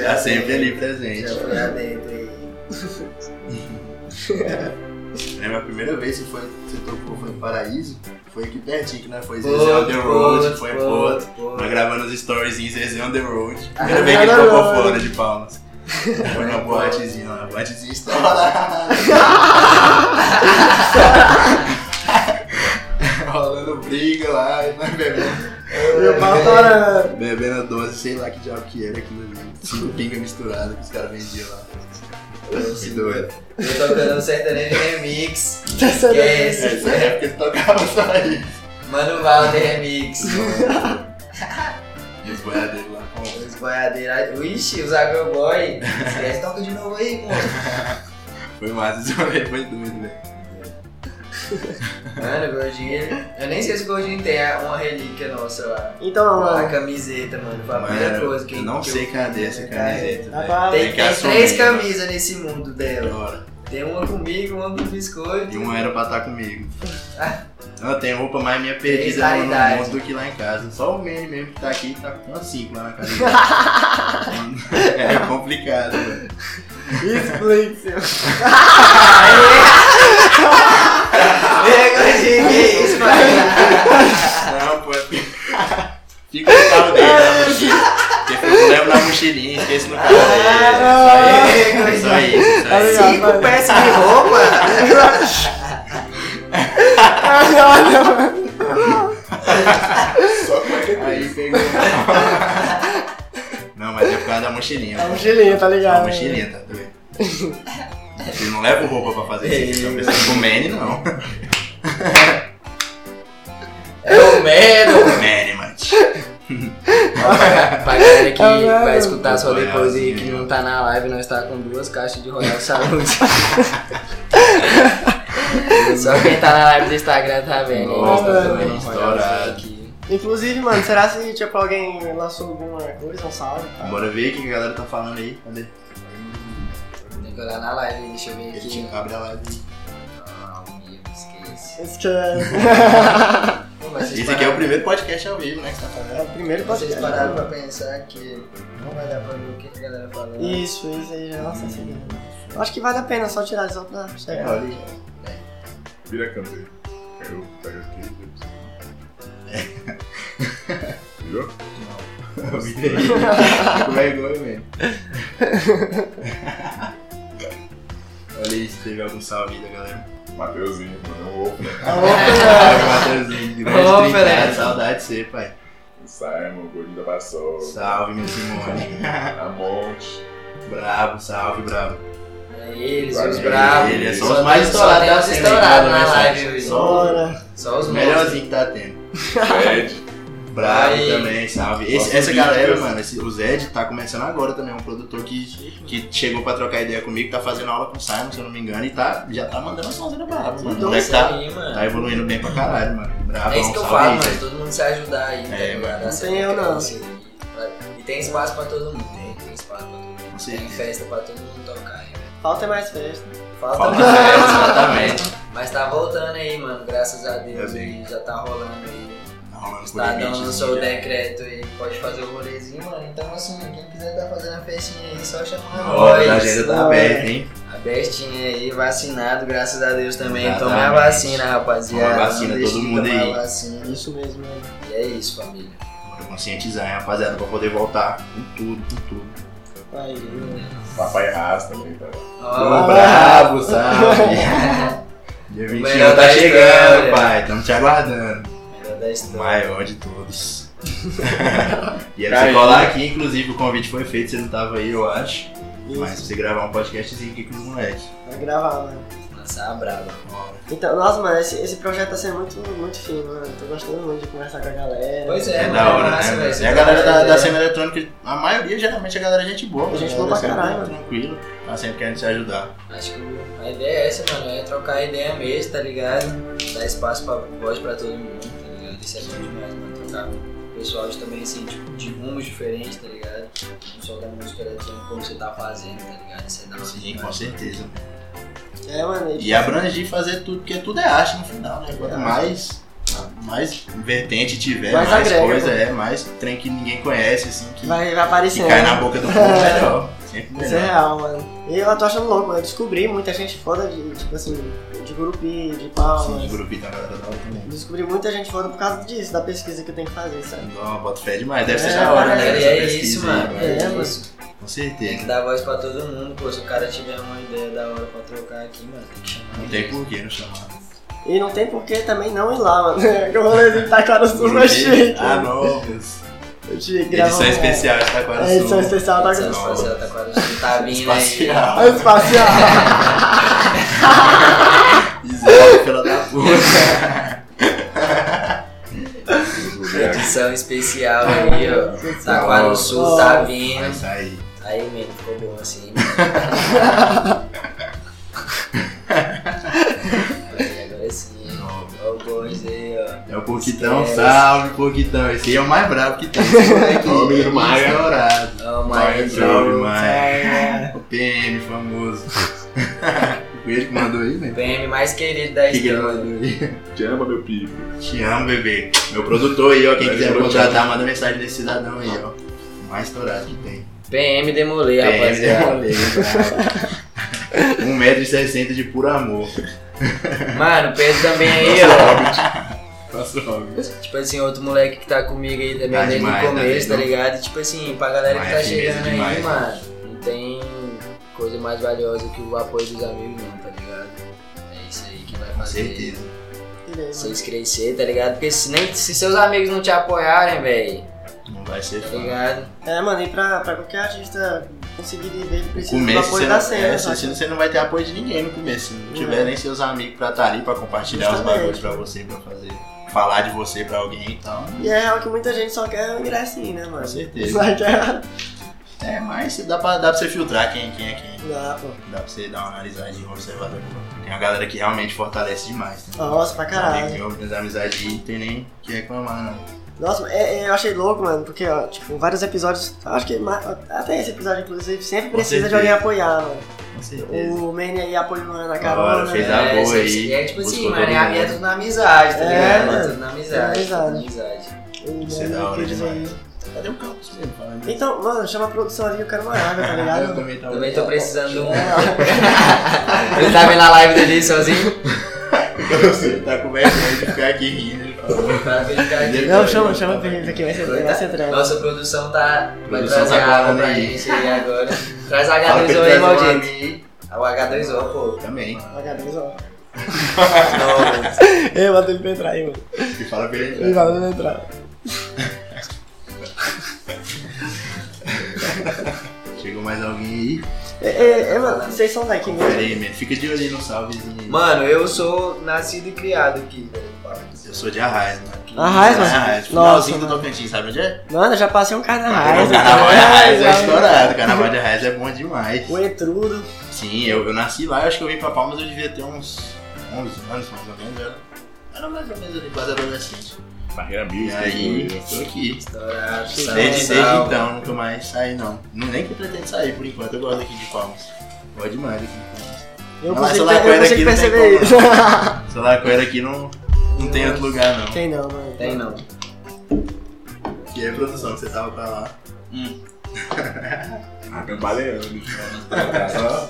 B: <laughs> Tá sempre ali
A: Já
B: presente.
A: fui adentro e
B: Lembra a Né, primeira vez que foi, você tocou foi no Paraíso? Foi aqui pertinho que nós foi Zezé on
A: Porto,
B: the Road,
A: Porto,
B: é foi
A: Porto,
B: Porto.
A: Porto.
B: Nós gravando os stories em Zezé on the Road.
A: Ah,
B: Primeira vez que ele
D: on the
B: tocou
D: road.
B: fora de palmas. Foi na boatezinha lá, a boatezinha estourada. Rolando briga lá, e nós bebendo.
D: Meu pau tá orando.
B: Bebendo a dose, sei lá que diabo que era aquilo ali. Cinco pingas misturadas que os caras vendiam lá. Que doido.
A: Eu tocando um sertanejo remix.
D: Tá sendo-
A: Esquece.
B: Essa época é, ele tocava só aí.
A: Mano Valde remix.
B: E os boiadeiros lá com
A: Os boiadeiros. Ixi, os agroboy. Esquece, toca de novo aí, moço.
B: Foi massa, <laughs> esse rolê foi doido, velho.
A: Mano, o gordinho, eu nem sei se o gordinho tem a- uma relíquia nossa lá.
D: Então,
A: A
D: mano.
A: camiseta, mano, foi a primeira
B: Mano,
A: coisa que
B: eu não
A: é que
B: sei
A: eu-
B: cadê essa camiseta,
D: Tá
B: velho.
D: pra-
A: Tem,
B: que
A: tem
B: assumir,
A: três
B: né?
A: camisas nesse mundo dela.
B: Agora.
A: Tem uma comigo, uma com biscoito.
B: E um era pra estar
A: <laughs>
B: comigo. Não, tem roupa mais minha
A: Três
B: perdida no- no
A: raridades.
B: mundo do que lá em casa. Só o Manny mesmo que tá aqui, tá com uma cinco lá na casa.
A: <laughs>
B: dele. é
A: <laughs>
B: complicado, velho.
D: Explique-se.
A: Ei, gordinho, que isso, mano?
B: Não, pô, é porque- <laughs> Fica no carro dele, na mochila. Porque eu levo na mochilinha, esqueço no carro
A: Ah,
B: dele. É Só isso, é só isso.
D: Tá
B: é só isso.
D: ligado?
A: Cinco peças de roupa?
D: <laughs> Olha, mano.
B: Aí pegou. <laughs> Não, mas é por causa da mochilinha.
D: É
B: pô.
D: mochilinha, tá ligado?
B: A mochilinha tá doido. Ele não leva roupa pra fazer isso, não precisa com Manny, não. <laughs>
A: É o <laughs> medo.
B: Manny, mano.
A: Pra galera que
D: É o medo.
A: vai escutar só depois e
B: Boiazinho.
A: que não tá na live, nós tá com duas caixas de Royal <laughs> Saúde. Só quem tá na live do Instagram tá vendo. hein? Nós tá
D: Nossa,
A: tomando
B: velho,
A: um Royal Saúde
B: estourado.
A: aqui.
D: Inclusive, mano, será se tipo, alguém lançou alguma coisa, um salve? tá?
B: Bora ver o que a galera tá falando aí. Cadê?
A: Tem que olhar na live, hein? deixa eu ver
B: Ele
A: aqui.
B: tinha abre a live.
A: Ah, ao vivo, esquece.
D: é Esquece.
A: Pô, mas vocês
B: Esse aqui é o
A: pararam-
B: primeiro podcast ao vivo, né? Que você tá
D: É
B: fazendo.
D: o primeiro
A: Vocês
D: podcast.
A: pararam pra pensar que não vai dar pra ver o que a galera falou. né?
D: Isso, isso aí já é nossa seguida. Eu acho que vale a pena só tirar só pra chegar.
B: É, olha <laughs> aí.
E: Vira a câmera aí. Caiu, pega aqui. Virou?
B: Eu vi aí. Com vergonha mesmo. <laughs> Olha aí se teve algum salve aí da galera.
E: Mateuzinho, mano, um ovo.
B: Salve,
A: Ô,
B: <laughs> Matheusinho. Grande
A: Fernando.
B: trincado. Saudade de você, pai.
E: O Simon, o Gordinho da Passou.
B: Salve, meu Simone.
E: A Monte.
B: Bravo, salve, bravo.
A: É eles,
E: Vai
A: os
E: ver
A: bravos.
B: Ele é só
A: Só
B: os
A: tem-
B: mais estourados
A: só tem
B: da
A: os
B: cena.
A: estourados na
B: né?
A: live hoje.
B: Só
D: Bora.
A: Só os é
B: os melhorzinhos que tá tendo.
E: Fred.
B: Bravo
A: Vai.
B: também, salve. Esse-
E: Gosto
B: essa
E: de
B: galera,
E: vídeos.
B: mano, esse- o Zed tá começando agora também, é um produtor que, que chegou pra trocar ideia comigo, tá fazendo aula com o Simon, se eu não me engano, e tá, já tá mandando a sonzeira brava, mano. O
A: Então,
B: moleque
A: isso
B: tá,
A: aí, mano.
B: tá evoluindo bem pra caralho, mano. Bravo,
A: É isso que eu
B: salve
A: falo,
B: aí,
A: mas
B: Zed.
A: todo mundo se ajudar aí,
B: É,
A: tá ligado?
D: não
A: Essa
D: tem eu, não.
A: crença aí, pra- E tem espaço pra todo mundo, tem, tem espaço pra todo mundo.
B: Com
A: Tem
B: certeza.
A: festa pra todo mundo tocar aí, velho.
D: Falta mais festa.
A: Falta
B: Falta
A: mais,
B: festa,
A: né?
B: exatamente.
A: Mas tá voltando aí, mano, graças a Deus.
B: Ainda bem.
A: E já tá rolando aí.
B: Tá rolando por
A: Tá
B: limite,
A: dando
B: assim,
A: seu
B: já.
A: decreto aí, pode fazer o rolezinho, mano. Então, assim, quem quiser tá fazendo a festinha aí, só chamar
B: Ó,
A: nós.
B: a agenda tá aberta, hein?
A: A bestinha aí, vacinado, graças a Deus também.
B: Exatamente.
A: Tomei a vacina, rapaziada.
B: Toma a vacina,
A: Não deixe
B: todo
A: de
B: mundo
A: tomar
B: aí.
A: a vacina.
D: É Isso mesmo, né? mano.
A: E é isso, família.
B: Bora conscientizar, hein, rapaziada, pra poder voltar com tudo, com tudo.
D: Aí,
E: Papai rasta, também, tá?
A: Ó,
B: Ô, bravo, sabe? Dia 21
A: da
B: tá chegando,
A: história.
B: pai. Estamos te aguardando.
A: melhor da
B: O
A: história.
B: maior de <laughs> todos. e era pra você
E: Caiu.
B: colar aqui, inclusive o convite foi feito, você não tava aí, eu acho.
D: isso.
B: Mas pra você gravar um podcastzinho aqui com os moleques.
D: Vai gravar, mano.
A: Lançar a braba.
D: Então, nossa, mano, esse, esse projeto tá sendo muito, muito fino, mano. Tô gostando muito de conversar com a galera.
A: Pois
B: É,
A: é, mano.
B: da hora,
A: massa,
B: né?
A: velho,
B: mano?
A: você
B: E a
A: tá
B: galera da,
A: vendo,
B: da
A: né?
B: cena eletrônica, a maioria, geralmente, a galera é gente boa.
D: Gente
B: a
D: boa
B: galera
D: pra
B: sempre
D: caralho,
B: tá Tranquilo. Ela sempre querendo te ajudar.
A: Acho que a ideia é essa, mano. É trocar ideia mesmo, tá ligado? Dar espaço pra voz pra todo mundo, tá ligado? Isso é bom demais, mano. Trocar com pessoas também, assim, tipo, de rumos diferentes, tá ligado? Não só da música eletrônica, como você tá fazendo, tá ligado? Isso é da hora
B: Sim, com
A: demais.
B: certeza.
D: É, mano.
B: E abranger fazer tudo, porque tudo é arte no final, né? Quanto mais, mais vertente tiver, mais,
D: É. Mais agrega,
B: coisa
D: né?
B: é, mais trem que ninguém conhece, assim, que,
D: Vai, vai
B: que
D: aparecendo.
B: cai na boca do povo
D: É.
B: melhor. Sempre
D: Isso é
B: melhor.
D: real, mano. E eu tô achando louco, mano. Eu descobri muita gente foda de, tipo assim, de grupi, de palmas.
B: Sim, tá, o grupinho da galera da hora também.
D: Descobri muita gente foda por causa disso, da pesquisa que eu tenho que fazer, sabe?
B: Não, tá, bota fé demais. Deve
D: É,
B: ser da hora,
D: cara,
B: né?
A: Galera,
B: essa
A: e é
B: pesquisa
A: isso,
B: aí,
A: mano.
B: velho.
A: É
D: mano.
A: isso.
B: Com
A: Tem que
B: certeza.
A: dar voz pra todo mundo, pô. Se o cara tiver uma ideia da hora pra trocar aqui, mano, tem que chamar.
B: Não tem porquê não chamar.
D: E não tem porquê também não ir lá, mano. <laughs> Que eu vou tá com as
B: Grupo-
D: duas chique.
B: Ah, não, Deus.
D: Eu tinha que gravar
B: Edição
D: um-
B: especial de Taquara
D: É, edição
B: Sul.
D: especial tá
A: Essa
D: com
A: espacial tá quase tá vindo aí.
B: Espacial.
D: <laughs> Olha o espacial.
B: Isabel, filha da
D: <laughs>
B: puta.
A: Edição especial aí, ó.
D: Tá,
A: Taquara do Sul tá vindo.
B: Vai sair.
A: Aí, mesmo, ficou bom assim. aí, agora sim. Ó, o Gomes aí, ó.
B: É o Porquitão,
A: Esquece.
B: salve Porquitão. Esse aí é o mais bravo que tem. Esse moleque
E: Ó, o menino Maia.
B: estourado.
A: Ó, o
B: Maia,
A: Maestro.
B: salve Maia.
D: É,
B: O PM famoso. <laughs> Foi ele que mandou aí,
A: O
B: né?
A: PM mais querido da
B: O que que ele
A: história.
B: mandou aí?
E: Te ama, meu pico.
B: Te amo, bebê. Meu produtor aí, ó. Quem
E: Mas
B: quiser
E: eu
B: me
E: vou te
B: contratar, manda mensagem desse cidadão aí, ó. O mais estourado que tem. né?
A: PM demolei,
B: PM
A: rapaziada.
B: demolei, <laughs> bravo. 1,60m de puro amor.
A: Mano, o Pedro também aí,
B: Tá
A: ó.
B: Faço óbvio.
A: Tipo assim, outro moleque que tá comigo aí também
B: Tá
A: desde
B: demais,
A: o começo,
B: tá
A: tá
B: vendo?
A: ligado? E, Tipo assim, pra galera que
B: Mas
A: tá
B: é firmeza
A: chegando aí,
B: demais.
A: mano, não tem coisa mais valiosa que o apoio dos amigos, não, tá ligado? É isso aí que vai
B: Com
A: fazer.
B: certeza.
D: beleza.
A: vocês crescer, tá ligado? Porque se, nem, se seus amigos não te apoiarem, velho,
B: Não vai ser
A: tá
B: fácil.
A: ligado?
D: É, mano, e pra, pra qualquer artista conseguir viver, ele precisa do
B: começo
D: apoio
B: você,
D: da
B: não,
D: cena,
B: é,
D: saca?
B: você, você não vai ter apoio de ninguém no começo. Se não tiver
D: Não.
B: nem seus amigos pra estar ali, pra compartilhar os
D: Justamente.
B: bagulhos pra você, pra fazer. Falar de você pra alguém então, e tal.
D: E é real que muita gente só quer um ingressinho, né, mano?
B: Com certeza.
D: Saca?
B: É, mas dá pra, dá pra você filtrar quem, quem é quem.
D: <laughs> Dá, pô.
B: Dá pra você dar uma analisadinha, um observador. Tem uma galera que realmente fortalece demais. Né?
D: Ah, Nossa, pra caralho.
B: Amigo meu, minhas amizades aí, não tem nem o que reclamar, não.
D: Nossa, é- é, eu achei louco, mano, porque, ó, tipo, vários episódios, eu acho que ma- até esse episódio, inclusive, sempre
B: Com
D: precisa de
B: certeza.
D: alguém apoiar, mano.
B: Com certeza.
D: O Manny aí apoiou na Ana
B: Da
D: Carona,
B: hora, fez
D: né?
B: a boa
A: isso-
B: aí,
A: isso- É tipo assim,
B: buscou
A: mano,
B: todo
A: é, a minha é
B: mundo.
A: tudo na amizade, tá
D: É,
A: ligado? É
D: mano,
A: tudo na amizade, tudo na
D: amizade.
B: <laughs>
A: amizade.
D: O
B: Isso é
D: Manny
B: da hora
D: fez
B: demais.
D: aí.
B: Cadê o Campos mesmo? Fala aí.
D: Então, mano, chama a produção ali, eu quero uma água, tá
B: Eu
D: ligado?
B: também tava.
A: Também tô precisando de um.
D: É,
A: Ele tá vendo a live dele sozinho?
B: <laughs> Você tá com vergonha de ficar aqui rindo. ele falou.
A: O cara vai ficar aqui.
D: <laughs> Não, chama, chama pra ele tá aqui, vai ser, vai ser trem.
A: Nossa produção tá. Vai
B: Produção
A: trazer
B: tá
A: água
B: colando
D: né?
A: pra
B: aí.
A: gente aí
D: <laughs>
A: agora. Traz
B: Fala pra ele
A: H2O aí,
D: um
B: trazer uma
A: maldito.
B: minha aí.
A: É o H2O, pô.
B: Também.
D: Vagabundo, <laughs> ó.
A: Não,
D: Eu mando ele pra entrar aí, mano.
B: E fala pra ele. né?
D: Ele né? manda ele pra entrar.
B: Chegou mais alguém aí?
D: É, é, é, mano, vocês são daqui mesmo. <laughs>
B: Pera aí, man. fica de olho aí no salvezinho aí.
A: Mano, eu sou nascido e criado aqui, velho.
E: Parece.
B: Eu sou de Arraiz, mano.
D: Arraias, Ah, mano?
B: Arraias,
D: Nossa,
B: finalzinho do
D: mano.
B: Tocantins, sabe onde é?
D: Mano, eu já passei um carnaval.
B: O carnaval de
D: <laughs>
B: Arraias é estourado, o carnaval de Arraias é bom demais.
D: O Etrudo.
B: Sim, eu, eu nasci lá, eu acho que eu vim pra Palmas, eu devia ter uns 11 anos, mais ou menos. eu Era, era mais ou menos ali, quase adolescente.
E: Barreira
B: E
E: Music.
B: aí,
E: eu
B: tô aqui.
A: Estourado,
D: Desde-
A: salve,
B: Desde, desde
A: salve.
B: então, nunca mais saí, não. Não- Nem que eu pretendo sair, por enquanto. Eu gosto aqui de Palmas. Gosto demais aqui de Palmas.
D: Eu
B: Não,
D: consigo,
B: essa
D: eu
B: lagoa
D: consigo
B: daqui não tem
D: perceber
B: como,
D: isso. <laughs>
B: Sei lá, com ela aqui não, não tem outro lugar, não.
D: Tem não, mano.
A: Tem não.
B: E aí, produção, que você tava pra lá.
E: Ah, cambaleando. Só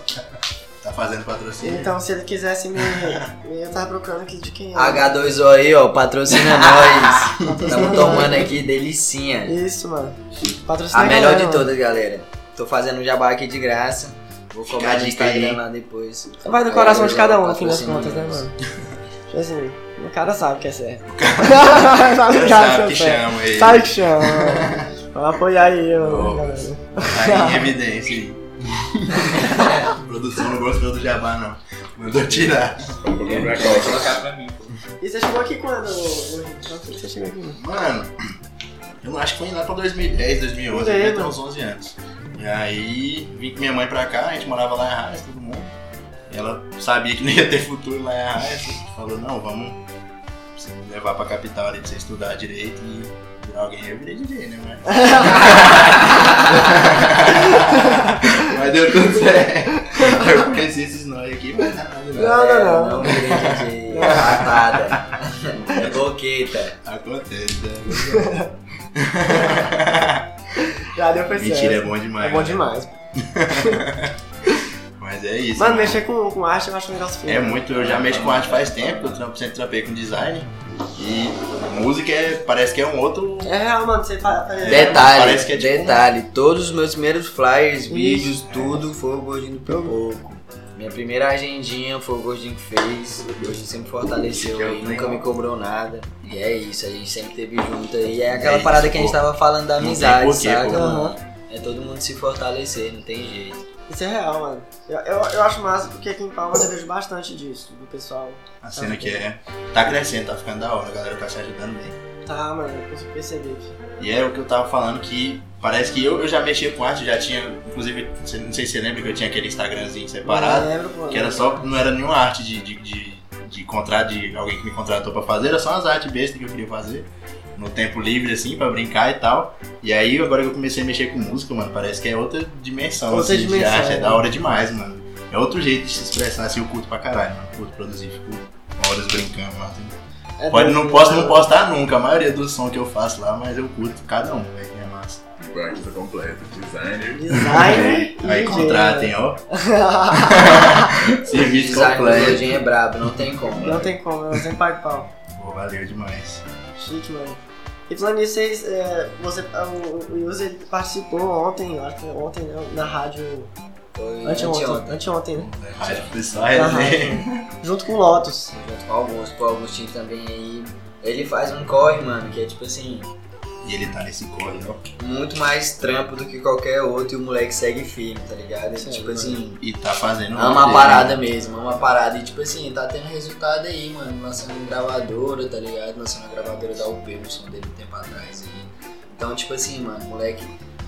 B: Tá fazendo patrocínio?
D: Então, se ele quisesse me. me- Eu tava procurando aqui de quem é. Tá
A: H2O aí, ó,
D: <laughs>
A: patrocina nós. Estamos tomando aqui delicinha.
D: é. Isso, mano. Patrocina
A: A melhor
D: galera,
A: de
D: mano.
A: todas, galera. Tô fazendo jabá aqui de graça. Vou
B: Fica
A: cobrar
B: a
A: no
B: dica aí,
A: Instagram
B: hein?
A: lá depois.
D: Vai do coração de cada
A: É,
D: um, no fim das
A: Patrocina
D: contas, né,
A: nós.
D: mano? Tipo assim, o cara sabe que é certo. <laughs> O
B: Você
D: cara
B: sabe que
D: é certo.
B: chama ele. Tá
D: Sabe que chama. mano. Vai apoiar aí,
B: Ô.
D: mano, galera.
B: Tá em evidência aí.
D: <laughs>
B: produção não gostou do jabá, não. Mandou tirar.
E: um pouquinho pra costa.
F: colocar pra mim, pô.
D: E você chegou aqui quando? ô, ô, Henrique? Quando foi que você chegou aqui, mano?
B: Mano, eu não acho que foi lá pra 2010, 2011,
D: Por aí,
B: eu tinha
D: mano.
B: uns 11 anos. E aí, vim com minha mãe pra cá, a gente morava lá em Arraias, todo mundo. E ela sabia que não ia ter futuro lá em Arraias, falou, não, vamos você me levar pra capital ali pra você estudar direito e virar alguém. Eu virei DJ, né,
D: <laughs>
B: mano? mas deu tudo certo. Eu conheci esses nós aqui, mas não é nada, não. É
D: Não, não, não.
A: Não virei de ratada. Boqueta.
B: Acontece, né?
D: <laughs> Já deu foi certo.
B: Mentira, é bom demais.
D: É bom
B: né?
D: demais.
B: Mas é isso.
D: Mano,
B: né?
D: mexer com, com arte eu acho um negócio feio.
B: É muito, eu já mexo com arte faz tempo, eu trampo, sempre trampei com design. E música é, parece que é um outro.
D: É real, mano, você faz. faz-
A: Detalhe,
B: parece que é tipo
A: detalhe. Todos os meus primeiros flyers, vídeos,
B: é.
A: tudo foi o Gordinho do Pipoco. Minha primeira agendinha foi o Gordinho que fez. O Gordinho sempre fortaleceu
B: Que eu
A: aí, nunca
B: tenho.
A: me cobrou nada. E é isso, a gente sempre teve junto aí. É aquela
B: É isso,
A: parada que a gente
B: pô.
A: tava falando da
B: Não tem
A: amizade,
B: porquê,
A: saca?
B: pô.
A: mano? É todo mundo se fortalecer, não tem jeito.
D: Isso é real, mano. Eu, eu, eu acho massa porque aqui em Palmas eu vejo bastante disso, do pessoal.
B: A cena que é. Tá crescendo, tá ficando da hora, a galera tá se ajudando bem.
D: Tá, mano, eu consigo perceber que.
B: E é o que eu tava falando que parece que eu, eu já mexia com arte, já tinha. Inclusive, você- não sei se você lembra que eu tinha aquele Instagramzinho separado.
D: Eu lembro, pô.
B: É
D: né?
B: Que era só, não era nenhuma arte de, de, de, de contrato de alguém que me contratou pra fazer, era só umas artes bestas que eu queria fazer. No tempo livre, assim, pra brincar e tal. E aí, agora que eu comecei a mexer com música, mano, parece que é outra dimensão,
D: Outra
B: assim,
D: dimensão,
B: de arte. É
D: né?
B: da hora demais, mano. É outro jeito de se expressar, assim, eu curto pra caralho, mano. Curto produzir, fico horas brincando lá. assim.
D: É
B: Pode,
D: doido,
B: não
D: né?
B: posso não postar nunca, a maioria do som que eu faço lá, mas eu curto cada um, velho, é massa.
E: O artista completo, designer.
B: <laughs>
D: Design. e
B: É, Aí
D: DJ,
B: contratem, ó.
D: mano.
B: Serviço
A: Design do
B: completo.
A: Gordinho é brabo, não tem como.
D: <laughs> Não tem como, eu sempre pago pau.
B: Pô, valeu demais.
D: Chique, mano. E falando nisso, vocês, é, você, o, o Yus ele participou ontem, eu acho que ontem, né, na rádio.
A: Foi
D: Anteontem,
A: É, anteontem.
D: anteontem, né?
B: Rádio pessoal, é, né?
D: Junto com o Lotus.
A: Junto com o Augusto, pô, o Augustinho também aí. Ele faz um corre, mano, que é tipo assim,
B: E ele tá nesse corre, ó.
A: muito mais trampo do que qualquer outro e o moleque segue firme, tá ligado? Ele,
D: Sim,
A: tipo
D: mano.
A: assim,
B: E tá fazendo
A: ama a parada mesmo, ama a parada. E tipo assim, tá tendo resultado aí, mano. Lançando em gravadora, tá ligado? Lançando a gravadora da UP no som dele um tempo atrás aí. Então, tipo assim, mano, o moleque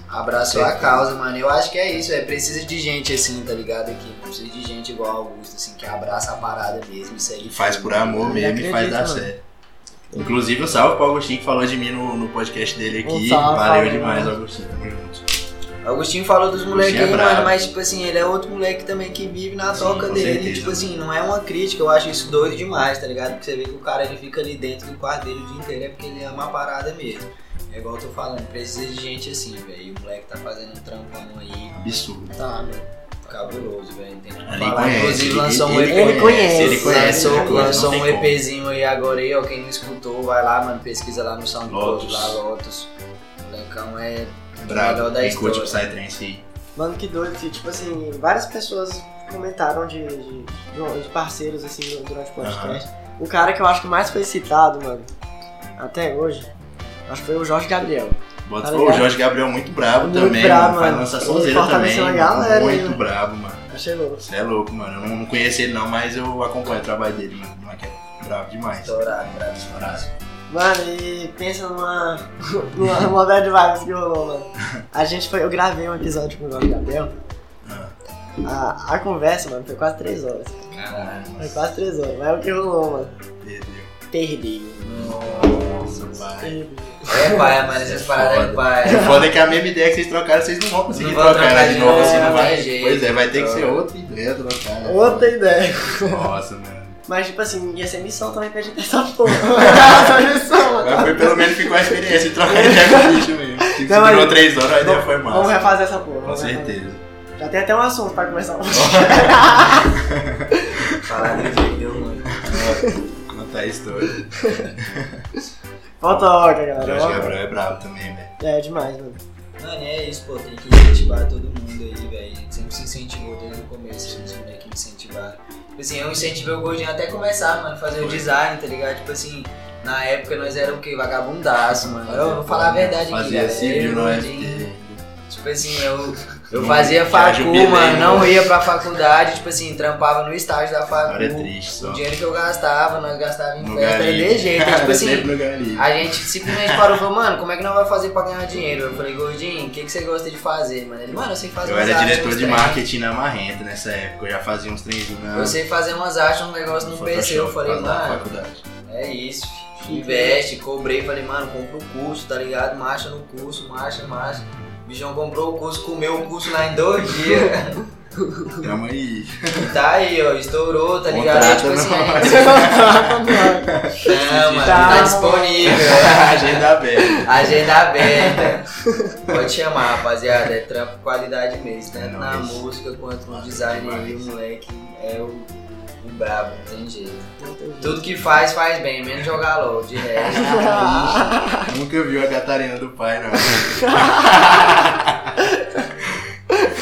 A: abraçou a causa, mano. Eu acho que é isso, é precisa de gente assim, tá ligado? Aqui, precisa de gente igual ao Augusto, assim, que abraça a parada mesmo e segue
B: E faz por amor
D: Eu
B: mesmo
D: acredito,
B: e faz dar
D: mano.
B: certo. Inclusive, um salve pro Augustinho que falou de mim no, no podcast dele aqui.
D: Um salve,
B: valeu
D: salve,
B: demais,
D: mano.
B: Augustinho. Tamo junto.
A: Agostinho falou dos moleques
B: Agostinho é
A: aí,
B: brabo.
A: mano, mas tipo assim, ele é outro moleque também que vive na
B: Sim,
A: toca
B: com
A: dele.
B: certeza.
A: Tipo assim, não é uma crítica, eu acho isso doido demais, tá ligado? Porque você vê que o cara ele fica ali dentro do quarto dele o dia inteiro, é porque ele ama a parada mesmo. É igual eu tô falando, precisa de gente assim, velho. E o moleque tá fazendo um trampão aí.
B: Absurdo.
A: Tá, meu. Cabuloso, velho. Não tem o que
B: Ele
A: falar.
B: conhece,
A: Inclusive
B: ele-
A: lançou um EP.
B: ele
D: Ele conhece,
B: ele conhece,
A: Lançou,
B: ele conhece,
A: lançou
B: não
A: um
B: tem como.
A: EPzinho aí agora aí, ó. Quem não escutou, vai lá, mano. Pesquisa lá no SoundCloud,
B: Lotus.
A: lá, Lotus. O molecão é melhor
B: Bravo.
A: da
B: Quem curte
A: história.
B: Psytrance aí.
D: Mano, que doido, que, tipo assim, várias pessoas comentaram de, de, de- de parceiros, assim, du- durante o podcast. O cara que eu acho que mais foi citado, mano, até hoje, acho que foi o Jorge Gabriel.
B: Bota
D: Tá
B: pô, o
D: ligado?
B: Jorge Gabriel muito brabo
D: Muito
B: também,
D: brabo,
B: mano. Faz
D: mano.
B: lança
D: Ele
B: sonzeira também.
D: fortaleceu a
B: mano.
D: galera,
B: muito
D: né?
B: brabo, mano.
D: Achei louco.
B: Você é louco, mano. Eu não, não conheço ele não, mas eu acompanho o trabalho dele, mano. Não é que é- bravo demais.
A: Estourado, bravo demais.
B: Estourado.
D: Mano, e pensa numa, <laughs> numa, numa bad vibes que rolou, mano. A gente foi, eu gravei um episódio com o Gabriel. Gabriel.
B: Ah.
D: A, a conversa, mano, foi quase 3 horas.
A: Caralho.
D: Foi quase 3 horas. Mas é o que rolou, mano.
B: Perdeu.
D: Perdi.
B: Nossa, pai.
D: Perdi.
A: É, pai, mas essas paradas aí, <laughs>
B: O
A: pai.
B: foda é que a mesma ideia que vocês trocaram, vocês não vão conseguir
A: Não vão
B: trocar
A: trocar
B: ela de
A: de
B: novo,
A: novo,
B: assim não
A: não
B: vai.
A: tem jeito.
B: Pois é, vai ter que ser
A: Então.
B: outra ideia né? trocada. <laughs>
D: Outra ideia.
B: Nossa, mano.
D: Mas, tipo assim, ia ser missão também pra gente essa porra. Essa missão, mano.
B: Mas foi pelo menos ficou a experiência de trocar ideia
A: <laughs>
B: com o bicho mesmo. Tipo, se
D: Não, mas-
B: durou três horas, a ideia foi
D: Vamos
B: massa.
D: refazer essa porra.
B: Com
D: vamos refazer.
B: certeza.
D: Já tem até um assunto pra começar.
B: <laughs>
A: Parada que perdeu, mano.
B: Ó, Contar a história.
D: Volta a ordem,
B: O Jorge
D: galera.
B: Gabriel é brabo também, velho.
D: É demais, mano.
A: Mano, é isso, pô, tem que incentivar todo mundo aí, velho. A gente sempre se incentivou desde o começo, assim, os moleques me incentivaram. Tipo assim, eu incentivei o Gordinho até começar, mano, fazer o design, tá ligado? Tipo assim, na época nós era o quê? Vagabundaço, mano. Eu vou falar a verdade aqui,
B: Fazia
A: galera.
B: civil é?
A: Eu,
B: no
A: Gordinho,
B: FT.
A: Tipo assim, eu, eu
B: Não, né?
A: fazia
B: já
A: facu,
B: jubilei,
A: mano, não
B: mano.
A: ia pra faculdade, tipo assim, trampava no estágio da facu.
B: Agora é triste só.
A: O dinheiro que eu gastava, nós gastava em
B: No
A: festa, era de
B: galinho.
A: jeito.
B: Cara,
A: Tipo assim,
B: <laughs> sempre no galinho.
A: a gente simplesmente parou e falou, mano, como é que nós vamos fazer pra ganhar dinheiro? Eu falei, Gordinho, o que, que você gosta de fazer, mano? Ele, mano, eu sei fazer
B: Eu
A: umas
B: era
A: artes,
B: diretor
A: uns
B: de
A: trem.
B: marketing na Marrenta nessa época. Eu já fazia uns trenzinhos na.
A: Eu sei fazer umas artes, um negócio no PC. Eu
B: Photoshop,
A: falei,
B: por causa da
A: mano,
B: faculdade.
A: é isso. filho. Investe, cobrei, falei, mano, compra o curso, tá ligado? Marcha no curso, marcha, marcha. O bichão comprou o curso, comeu o curso lá em dois dias.
B: Tamo aí.
A: E tá aí, ó, estourou, tá ligado?
B: Contrata
A: tipo assim,
B: não.
A: a gente- <laughs> não, mano,
D: <laughs> Tá.
A: tá disponível.
B: <laughs> Agenda aberta.
A: Agenda aberta. Pode chamar, rapaziada. É trampo qualidade mesmo. Tanto
B: É
A: na
B: nóis.
A: música quanto no design aí, o moleque é o, o brabo, não tem jeito. Tudo que faz, faz bem, menos jogar LOL. De resto, tá
B: Nunca viu a Catarina do pai, <laughs> não.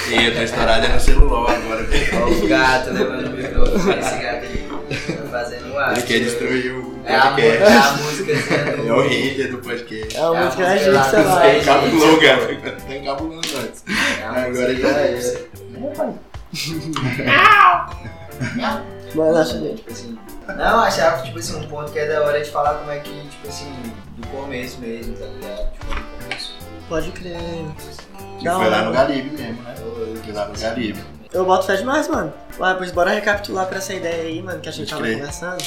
B: e eu tô estourado é no celular agora.
A: bicho. Ó, o gato levando o microfone. Esse gato aí tá fazendo arte.
B: Ele quer destruir o
A: É a, mu-
B: podcast.
A: é a música.
B: É o hater do podcast. é
D: É uma
A: É,
D: música
A: mas
D: da
A: sei lá,
D: gente, sei
A: não
D: lá.
A: sei.
B: Tem cabulão, cara. Tem cabulão é antes. Agora já é.
D: Mas acho que.
A: Tipo assim, não, achava tipo assim, um ponto que é da hora de falar como é que, tipo assim, do começo mesmo, tá ligado? Tipo, do começo.
D: Pode crer.
B: Que
D: Da
B: foi lá
D: hora.
B: no Garibe mesmo, né? Foi lá no Garibe.
D: Eu boto fé demais, mano. Ué, pois bora recapitular pra essa ideia aí, mano, que a gente
B: Pode
D: tava
B: crer.
D: conversando.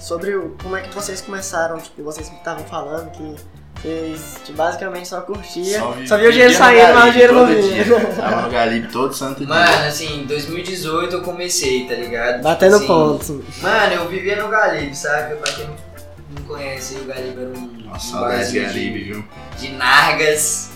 D: Sobre o, como é que vocês começaram, tipo, vocês estavam falando que vocês tipo, basicamente só curtia. Só,
B: vi-
D: via o dinheiro
B: vivia no
D: saindo, mas o
B: Garibe
D: dinheiro não
B: todo
D: vinha.
B: dia. Tava no Garibe todo santo dia.
A: Mano, assim, em 2018 eu comecei, tá ligado?
D: Batendo
A: assim,
D: ponto.
A: Mano, eu vivia no Galibe, sabe? Pra quem não conhece, o Galibe era um.
B: Nossa,
A: um
B: saudade do
A: barzinho
B: Garibe, viu?
A: De, de nargas.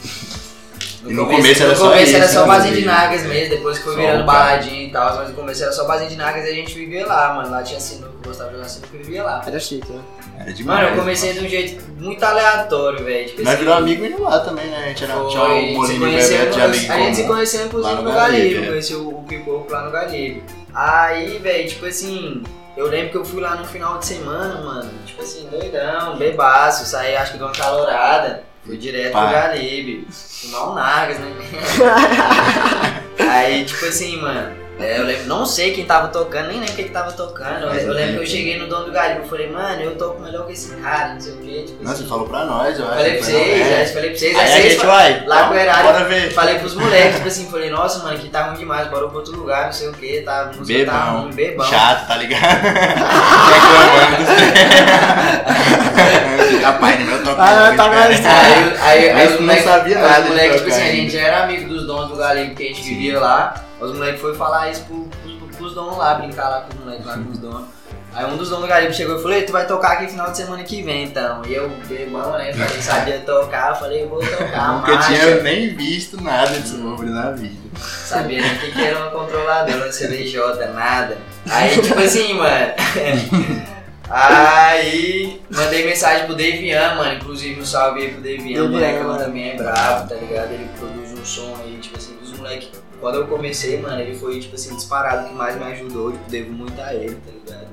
B: E no começo era
A: no
B: só
A: começo
B: isso,
A: era só
B: né,
A: barzinho de
B: Galibe?
A: nargas mesmo, depois que foi
B: Só
A: virando
B: o cara.
A: baladinha e tal, mas no começo era só barzinho de nargas e a gente vivia lá, mano. Lá tinha sinuca, eu gostava de jogar sinuca e vivia lá.
D: Era
B: <laughs>
D: chique, né?
B: Era demais.
A: Mano, eu comecei de um jeito muito aleatório, velho. Tipo
B: Nós
A: assim,
B: viramos amigo indo lá também, né? A gente era tinha o
A: se
B: Molino e o
A: conhecemos-
B: Bebeto de amigo.
A: A gente se
B: comum.
A: conheceu, inclusive,
B: Lá
A: no
B: no
A: Galibe.
B: Galibe, é.
A: Conheci o, o Pipoco lá no Galibe. Aí, velho, tipo assim... Eu lembro que eu fui lá no final de semana, mano. Tipo assim, doidão, bebaço. Saí, acho que de uma calorada. Fui direto
B: Pá.
A: pro Galibe. Fumar um Nargas, né? Aí, tipo assim, mano... é, eu lembro, não sei quem tava tocando, nem lembro quem que tava tocando. Eu, eu lembro que eu cheguei no dono do Galibe e falei, mano, eu toco melhor que esse cara, não sei o quê. Tipo
B: Não, você
A: assim.
B: falou pra nós, eu acho.
A: Falei pra
B: Foi, não,
A: vocês,
B: é.
A: é, falei pra vocês, é
B: Aí a
A: vocês
B: gente vai.
A: lá
B: Lá
A: pro erário.
B: Bora ver.
A: Falei pros moleques, tipo assim, falei, nossa, mano, aqui tá ruim demais, bora pra outro lugar, não sei o que, tá, a música tá
B: Bebão.
A: ruim, bebão.
B: Chato, tá
A: <laughs>
B: ligado? Reclamando. Fica a pai no meu toque.
D: Ah, tá mais-
A: Aí, aí, aí
B: Mas
A: os
B: não
A: moleques,
B: sabia nada
A: os
B: de
A: moleques, tipo
B: tocar
A: assim, a
B: ainda.
A: gente era amigo dos donos do galinho que a gente
B: Sim.
A: vivia lá, os moleques foram falar isso pro, pros, pros donos lá, brincar lá com os moleques lá com os donos. Aí um dos donos do galinho chegou e falou, ei, tu vai tocar aqui final de semana que vem, então. E eu, bebão, né, falei, sabia tocar, eu falei, eu vou tocar,
B: Nunca
A: marcha.
B: tinha nem visto nada de sobre na vida.
A: Sabia nem o que, que era uma controladora, CDJ, nada. Aí, tipo assim, mano. <laughs> Aí, mandei mensagem pro Devian, mano. Inclusive, um salve aí pro Devian. O
D: Devian,
A: moleque lá
D: mano.
A: também é bravo, tá ligado? Ele produz um som aí, tipo assim, dos moleques. Quando eu comecei, mano, ele foi, tipo assim, disparado o que mais me ajudou. Tipo, devo muito a ele, tá ligado?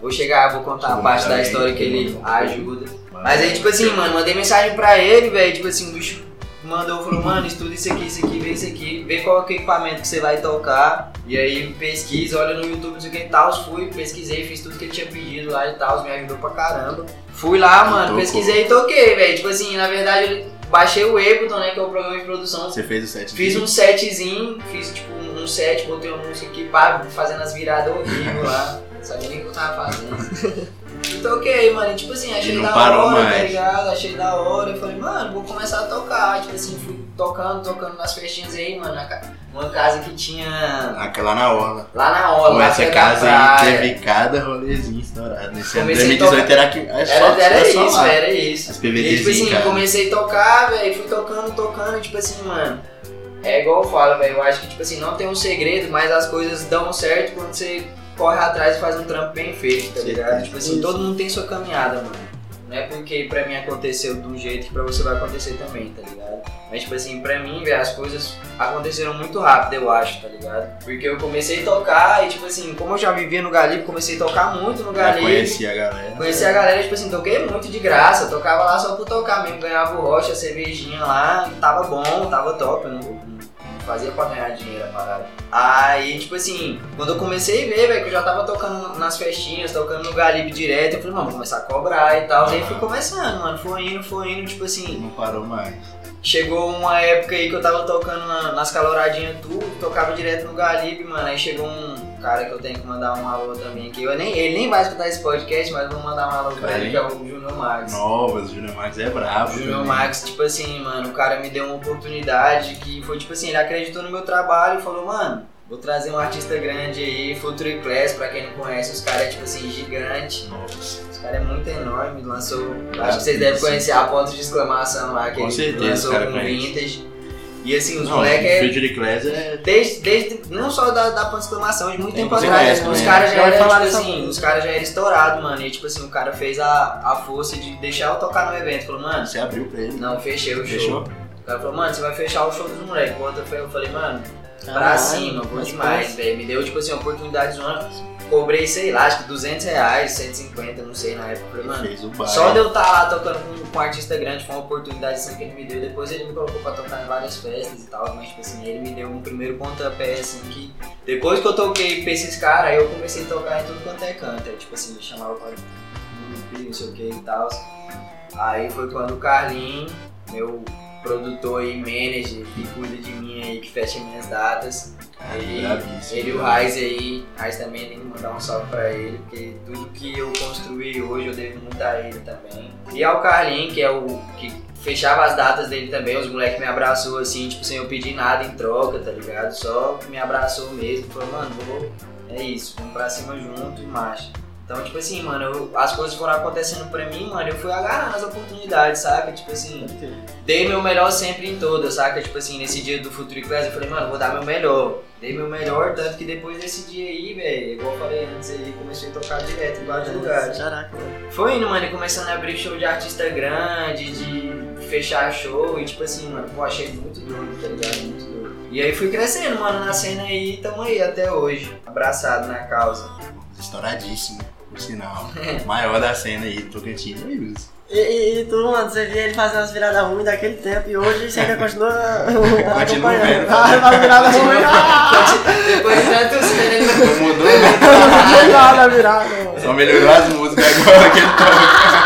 A: Vou chegar, vou contar a
B: Chegou
A: parte da
B: também,
A: história que ele
B: chegou.
A: ajuda. Mas aí, tipo assim, mano, mandei mensagem pra ele, velho. Tipo assim, o bicho mandou, falou, mano, estuda isso aqui, isso aqui, vê isso aqui, vê qual que é o equipamento que você vai tocar. E aí pesquisa, olha no YouTube, não sei o que e tal, fui, pesquisei, fiz tudo que ele tinha pedido lá e tal, me ajudou pra caramba. Fui lá, mano,
B: Tocou.
A: pesquisei e toquei, velho. Tipo assim, na verdade eu baixei o Ableton, né, que é o programa de produção.
B: Você fez o set
A: Fiz
B: de-
A: um setzinho, fiz tipo um set, botei uma música aqui, pá, fazendo as viradas horrível lá. Não sabia nem o que eu tava fazendo. E toquei, mano. E, tipo assim, achei
B: E não
A: da
B: parou
A: hora, tá
B: mais.
A: ligado? Achei da hora. Eu falei, mano, vou começar a tocar. Tipo assim, fui tocando, tocando nas festinhas aí, mano. na ca- Uma casa que tinha
B: Aquela na orla.
A: lá na hora,
B: Com
A: lá
B: essa
A: perto
B: casa
A: da
B: aí
A: praia.
B: teve cada rolezinho estourado. Nesse ano
A: Comecei a
B: 2018 era que. É
A: Era,
B: só,
A: era
B: é só
A: isso,
B: lá.
A: era isso.
B: As
A: E, tipo assim,
B: PVDzinho, cara.
A: comecei a tocar, velho, fui tocando, tocando, e, tipo assim, mano. É igual eu falo, velho, eu acho que, tipo assim, não tem um segredo, mas as coisas dão certo quando você corre atrás e faz um trampo bem feito, tá
B: Certeza.
A: ligado? Tipo assim,
D: Isso.
A: todo mundo tem sua caminhada, mano. Não é porque pra mim aconteceu de um jeito que pra você vai acontecer também, tá ligado? Mas, tipo assim, pra mim, velho, as coisas aconteceram muito rápido, eu acho, tá ligado? Porque eu comecei a tocar e, tipo assim, como eu já vivia no Galipe, comecei a tocar muito no
B: Já
A: Galipe.
B: conheci a galera. É.
A: Conheci a galera, tipo assim, toquei muito de graça, tocava lá só por tocar mesmo, ganhava o rocha, cervejinha lá, tava bom, tava top, eu não, não fazia pra ganhar dinheiro a parada. Aí, tipo assim, quando eu comecei a ver, velho, que eu já tava tocando nas festinhas, tocando no Galipe direto, eu falei, mano, vou começar a cobrar e tal, daí fui começando, mano, foi indo, foi indo, tipo assim,
B: Não parou mais.
A: Chegou uma época aí que eu tava tocando na- nas caloradinhas tudo, tocava direto no Galipe, mano. Aí chegou um cara que eu tenho que mandar um alô também aqui. Eu nem, ele nem vai escutar esse podcast, mas eu vou mandar um alô pra
B: Vai.
A: ele, que é o Junior Max.
B: Novas, o Júnior Marques é bravo.
A: O Junior
B: também.
A: Max, tipo assim, mano, o cara me deu uma oportunidade que foi tipo assim, ele acreditou no meu trabalho e falou, mano, vou trazer um artista grande aí, Future Class, pra quem não conhece, os caras é tipo assim, gigante.
B: Novas.
A: Os caras é muito enorme, lançou. Acho que vocês devem conhecer a ponto de exclamação lá, que
B: Com
A: ele
B: certeza,
A: lançou
B: os caras
A: com
B: conhecem.
A: vintage. E assim, os
B: Não, um o
A: moleques é.
B: Future Class é.
A: Desde, desde, não só da, da ponto de exclamação, de muito
B: Tem
A: tempo
B: que ser
A: atrás,
B: honesto,
A: os
B: né?
A: caras já
D: Já
A: eram, tipo
D: falaram essa
A: assim,
D: coisa.
A: os caras já eram estourados, mano. E tipo assim, o cara fez a, a força de deixar eu tocar no evento. Falou, mano,
B: Você abriu pra ele. né?
A: não, fechei o show.
B: Fechou?
A: O cara falou, mano, você vai fechar o show dos moleques. O outro foi- eu falei, mano, pra
D: Caralho,
A: cima, bom
D: mas
A: demais, velho. Me deu, tipo assim, uma oportunidade de uma. Cobrei, sei lá, acho que 200 reais, 150, não sei na época. Falei, mano.
B: Fez o bar.
A: Só de eu estar lá tocando com, com um artista grande foi uma oportunidade assim, que ele me deu. Depois ele me colocou pra tocar em várias festas e tal, mas tipo assim, ele me deu um primeiro pontapé assim que. Depois que eu toquei pra esses caras, aí eu comecei a tocar em tudo quanto é canto. Aí, tipo assim, me chamava pra grupo, não sei o que e tal. Aí foi quando o Carlinho, meu produtor e manager, que cuida de mim aí, que fecha minhas datas,
B: Aí, bravíssimo.
A: ele e o Raiz aí, Raiz também tem que mandar um salve pra ele, porque tudo que eu construí hoje eu devo muito a ele também. E ao Carlinhos, que é o que fechava as datas dele também, os moleques me abraçou assim, tipo, sem eu pedir nada em troca, tá ligado? Só me abraçou mesmo, falou, mano, vou, é isso, vamos pra cima junto e marcha. Então, tipo assim, mano, eu- as coisas foram acontecendo pra mim, mano, eu fui agarrando as oportunidades, saca? Tipo assim, dei meu melhor sempre em todas, saca? Tipo assim, nesse dia do Future Class eu falei, mano, vou dar meu melhor. Dei meu melhor, tanto que depois desse dia aí, velho, igual eu falei antes aí, comecei a tocar direto em vários lugares.
D: assim, Caraca, mano.
A: Foi indo, mano, e começando a abrir show de artista grande, de fechar show, e tipo assim, mano, pô, achei muito doido, tá ligado? Muito doido. E aí fui crescendo, mano, na cena aí, tamo aí até hoje, abraçado na causa.
B: Estouradíssimo,
A: <laughs>
B: por sinal.
A: É.
B: O maior da cena aí, Tocantins. É isso.
D: E, e, e tu, mano, você via ele fazendo as viradas ruins daquele tempo e hoje você ainda continua
B: <laughs> Continua vendo.
D: acompanhando. <laughs> Ah, na
B: <laughs>
D: virada ruim. Ah,
A: Depois de tantos anos,
B: Não mudou, né?
D: não tem nada a virada, mano.
B: <laughs> Só melhorou as músicas agora que ele tá- toca.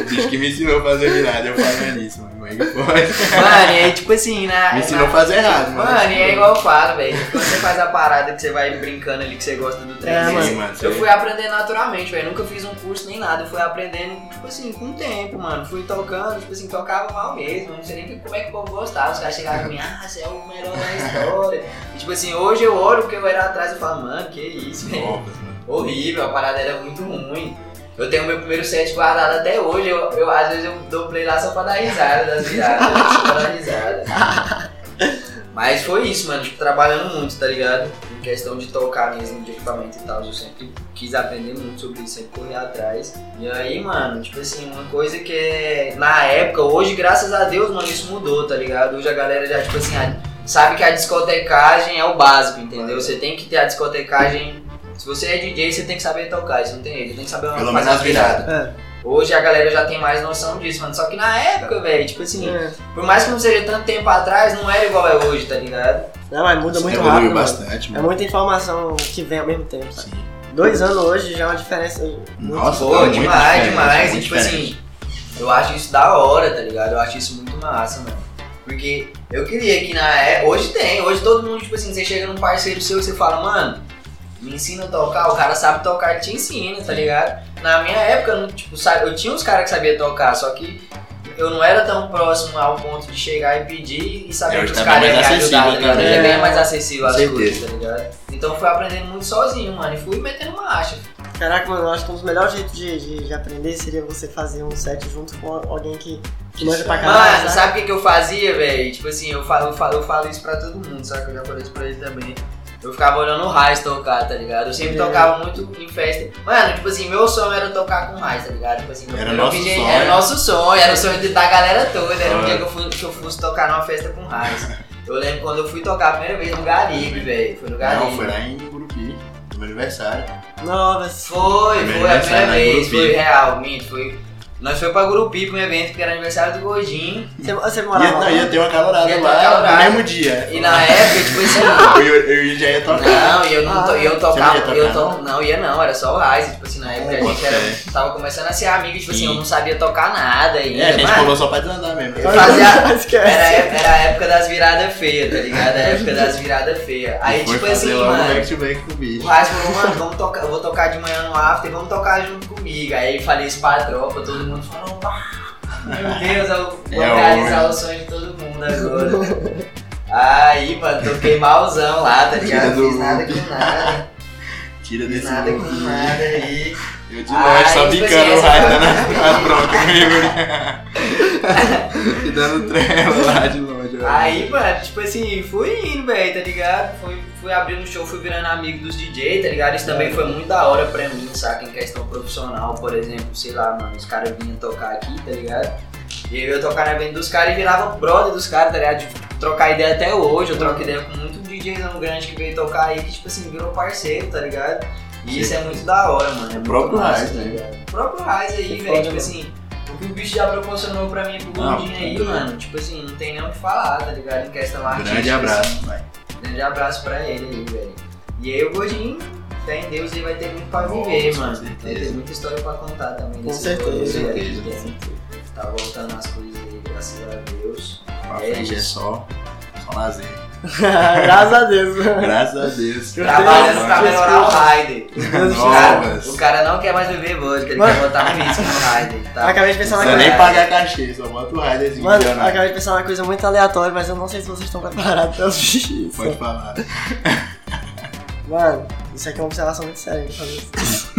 B: O bicho que me ensinou a fazer virada, eu fazia nisso, mano. Como é que
A: <laughs>
B: pode?
A: mano, e aí tipo assim, na...
B: Me ensinou a
A: na-
B: fazer errado, mano. tipo
A: Mano, e é igual eu falo, velho. Quando você faz a parada que você vai brincando ali, que você gosta do trem,
D: É,
A: assim,
B: Sim, mano.
A: Eu
B: você-
A: fui aprendendo naturalmente, velho. Nunca fiz um curso nem nada. Eu fui aprendendo, tipo assim, com o tempo, mano. Fui tocando, tipo assim, tocava mal mesmo. Não sei nem que- como é que o povo gostava. Os caras chegavam pra mim, ah, você é o melhor da história. E, tipo assim, hoje eu olho porque eu era atrás e falo, mano, que isso, velho.
B: Novas, mano.
A: Horrível, a parada era muito ruim. Eu tenho meu primeiro set guardado até hoje. Eu, eu, às vezes eu dou play lá só pra dar risada das viradas. <laughs> só pra dar risada. Mas foi isso, mano. Tipo, trabalhando muito, tá ligado? Em questão de tocar mesmo, de equipamento e tal. Eu sempre quis aprender muito sobre isso, sempre correr atrás. E aí, mano, tipo assim, uma coisa que é. Na época, hoje, graças a Deus, mano, isso mudou, tá ligado? Hoje a galera já, tipo assim, a- sabe que a discotecagem é o básico, entendeu? Você tem que ter a discotecagem. Se você é DJ, você tem que saber tocar, isso não tem jeito. Você tem que saber fazer
B: Pelo menos as
A: as viradas.
B: viradas.
D: <laughs> É,
A: Hoje a galera já tem mais noção disso, mano. Só que na época, velho, tipo assim,
D: É.
A: por mais que não seja tanto tempo atrás, não era igual é hoje, tá ligado?
D: Não, mas muda muito
B: evoluiu
D: rápido. mano.
B: bastante,
D: É
B: mano.
D: muita informação que vem ao mesmo tempo. sabe?
B: Sim.
D: Dois anos hoje já é uma diferença. muito
B: Nossa,
A: Pô,
B: tá muito
A: demais,
B: diferente,
A: demais. E
B: muito
A: tipo
B: diferente.
A: assim, eu acho isso da hora, tá ligado? Eu acho isso muito massa, mano. Porque eu queria que na época. Hoje tem, hoje todo mundo, tipo assim, você chega num parceiro seu e você fala, mano, me ensina a tocar, o cara sabe tocar, ele te ensina, tá ligado? Na minha época, eu não, tipo, sa- eu tinha uns caras que sabiam tocar, só que eu não era tão próximo ao ponto de chegar e pedir e
B: É,
A: saber
B: hoje
A: que os
B: tá
A: caras
B: bem
A: iam me
B: mais
A: ajudar, tá
B: acessível,
A: ligado?
B: né?
A: Hoje é bem
D: É.
A: mais acessível as
B: Certeza.
A: coisas, tá ligado? Então eu fui aprendendo muito sozinho, mano, e fui metendo marcha.
D: Caraca, mano, eu acho que um dos melhores jeitos de, de, de aprender seria você fazer um set junto com alguém que, que manja pra caralho.
A: Mano,
D: sabe?
A: sabe o que, que eu fazia, velho? Tipo assim, eu falo, eu, falo, eu falo isso pra todo mundo, sabe? Eu já falei isso pra ele também. Eu ficava olhando o Raiz tocar, tá ligado? Eu sempre
D: É.
A: tocava muito em festa. Mano, tipo assim, meu sonho era tocar com o Raiz, tá ligado? Tipo assim, meu
B: Era
A: primeiro
B: nosso
A: DJ
B: sonho.
A: Era nosso sonho, era o sonho de- da galera toda. Era um
B: Ah.
A: dia que eu, fui, que eu fosse tocar numa festa com o Raiz. Eu lembro quando eu fui tocar a primeira vez no Garibe, velho. Foi no Garibe.
B: Não, foi lá em Gurupi, no meu aniversário.
D: Nossa.
A: Foi,
B: Primeiro
A: foi a
B: aniversário
A: primeira
B: lá em
A: vez,
B: Gurupi.
A: foi real, minto, foi. Nós foi pra Gurupi pra um evento, porque era aniversário do Godinho.
D: Você, você
B: Ia,
D: morava
B: não,
D: lá? né?
B: ia ter uma calorada
A: Ia ter uma
B: lá
A: calorada.
B: no mesmo dia.
A: E na época, tipo assim,
B: Eu, eu, eu já ia tocar.
A: Não, e eu não to, e eu
B: Você não
A: tocava,
B: ia tocar, né?
A: eu to,
B: não?
A: não? ia não, era só o Rise, tipo assim, na época a gente
B: Nossa,
A: era,
B: é.
A: tava começando a ser amigo, tipo assim,
B: Sim.
A: eu não sabia tocar nada ainda,
B: É, a gente assim.
A: mano.
B: colou só pra desandar mesmo.
A: Eu fazia-
D: <laughs> Esquece.
A: Era, a época- era a época das viradas feias, tá ligado?
B: <laughs>
A: Era a época das viradas feias. Aí,
B: Foi
A: tipo
B: fazer
A: assim,
B: logo
A: mano,
B: back to back com o
A: o
B: bicho.
A: Rise falou, mano, vamos tocar, eu vou tocar de manhã no after, vamos tocar junto comigo. Aí eu falei isso pra tropa, todo mundo falou, "Ah, meu Deus, eu vou
B: É
A: realizar
B: hoje.
A: o sonho de todo mundo agora. Aí, mano, toquei malzão lá, tá ligado? Não
B: Tira
A: fiz
B: do-
A: nada com nada.
B: Tira
A: Fiz
B: desse
A: nada com
B: mundo.
A: nada aí.
B: Eu de longe, só
A: Ai,
B: bicando o
A: tipo assim,
B: raio,
A: essa-
B: dando as broncas comigo.
A: <laughs>
B: E dando trela lá de longe. né? ó.
A: Aí, mano, tipo assim, fui indo, velho, tá ligado? Fui, fui abrindo show, fui virando amigo dos DJ, tá ligado? Isso também foi muito da hora pra mim, saca? Em questão profissional, por exemplo, sei lá, mano, os caras vinham tocar aqui, tá ligado? E aí eu ia tocar na evento dos caras e virava brother dos caras, tá ligado? De trocar ideia até hoje, eu troco ideia com muito DJzão grande que veio tocar aí, que tipo assim, virou parceiro, tá ligado? E isso é muito da hora, mano. É muito
B: próprio
A: massa,
B: Raiz,
A: tá
B: né?
A: ligado? O próprio Raiz aí,
D: Que
A: velho,
D: foda,
A: tipo
D: mano.
A: assim, o que o bicho já proporcionou pra mim e pro
B: Não,
A: Gordinho aí,
B: tudo bem.
A: mano, tipo assim, não tem nem o que falar, tá ligado? Em questão artística.
B: Grande
A: assim.
B: abraço. vai.
A: grande abraço pra ele aí, velho. E aí o Gordinho, fé em Deus, ele vai ter muito pra viver,
B: Oh, Com
A: mano.
B: certeza.
A: Vai ter muita história pra contar também.
D: Com
A: desse
D: certeza,
A: Gordinho,
B: com
A: velho,
B: certeza.
A: que Tá voltando as coisas aí, graças a Deus.
B: Pra
A: É
B: frente é
A: isso.
B: só, só lazer.
D: Graças a Deus.
B: Graças a Deus.
D: Meu
A: Trabalhando
D: Deus,
A: pra
D: Deus,
A: melhorar o Raider.
D: Deus
A: O cara,
B: Novas.
A: o cara não quer mais beber vodka, ele
D: Mano.
A: quer botar um risco no Raider,
D: Eu
A: tá?
D: Acabei de pensar
B: Não
D: na
A: Você
B: precisa
D: coisa.
B: nem né? pagar cachê, só bota o Raiderzinho
D: Mano, eu
B: milionário.
D: acabei de pensar uma coisa muito aleatória, mas eu não sei se vocês estão preparados pra ouvir isso.
B: Pode falar.
D: Mano, isso aqui é uma observação muito séria que eu vou fazer isso.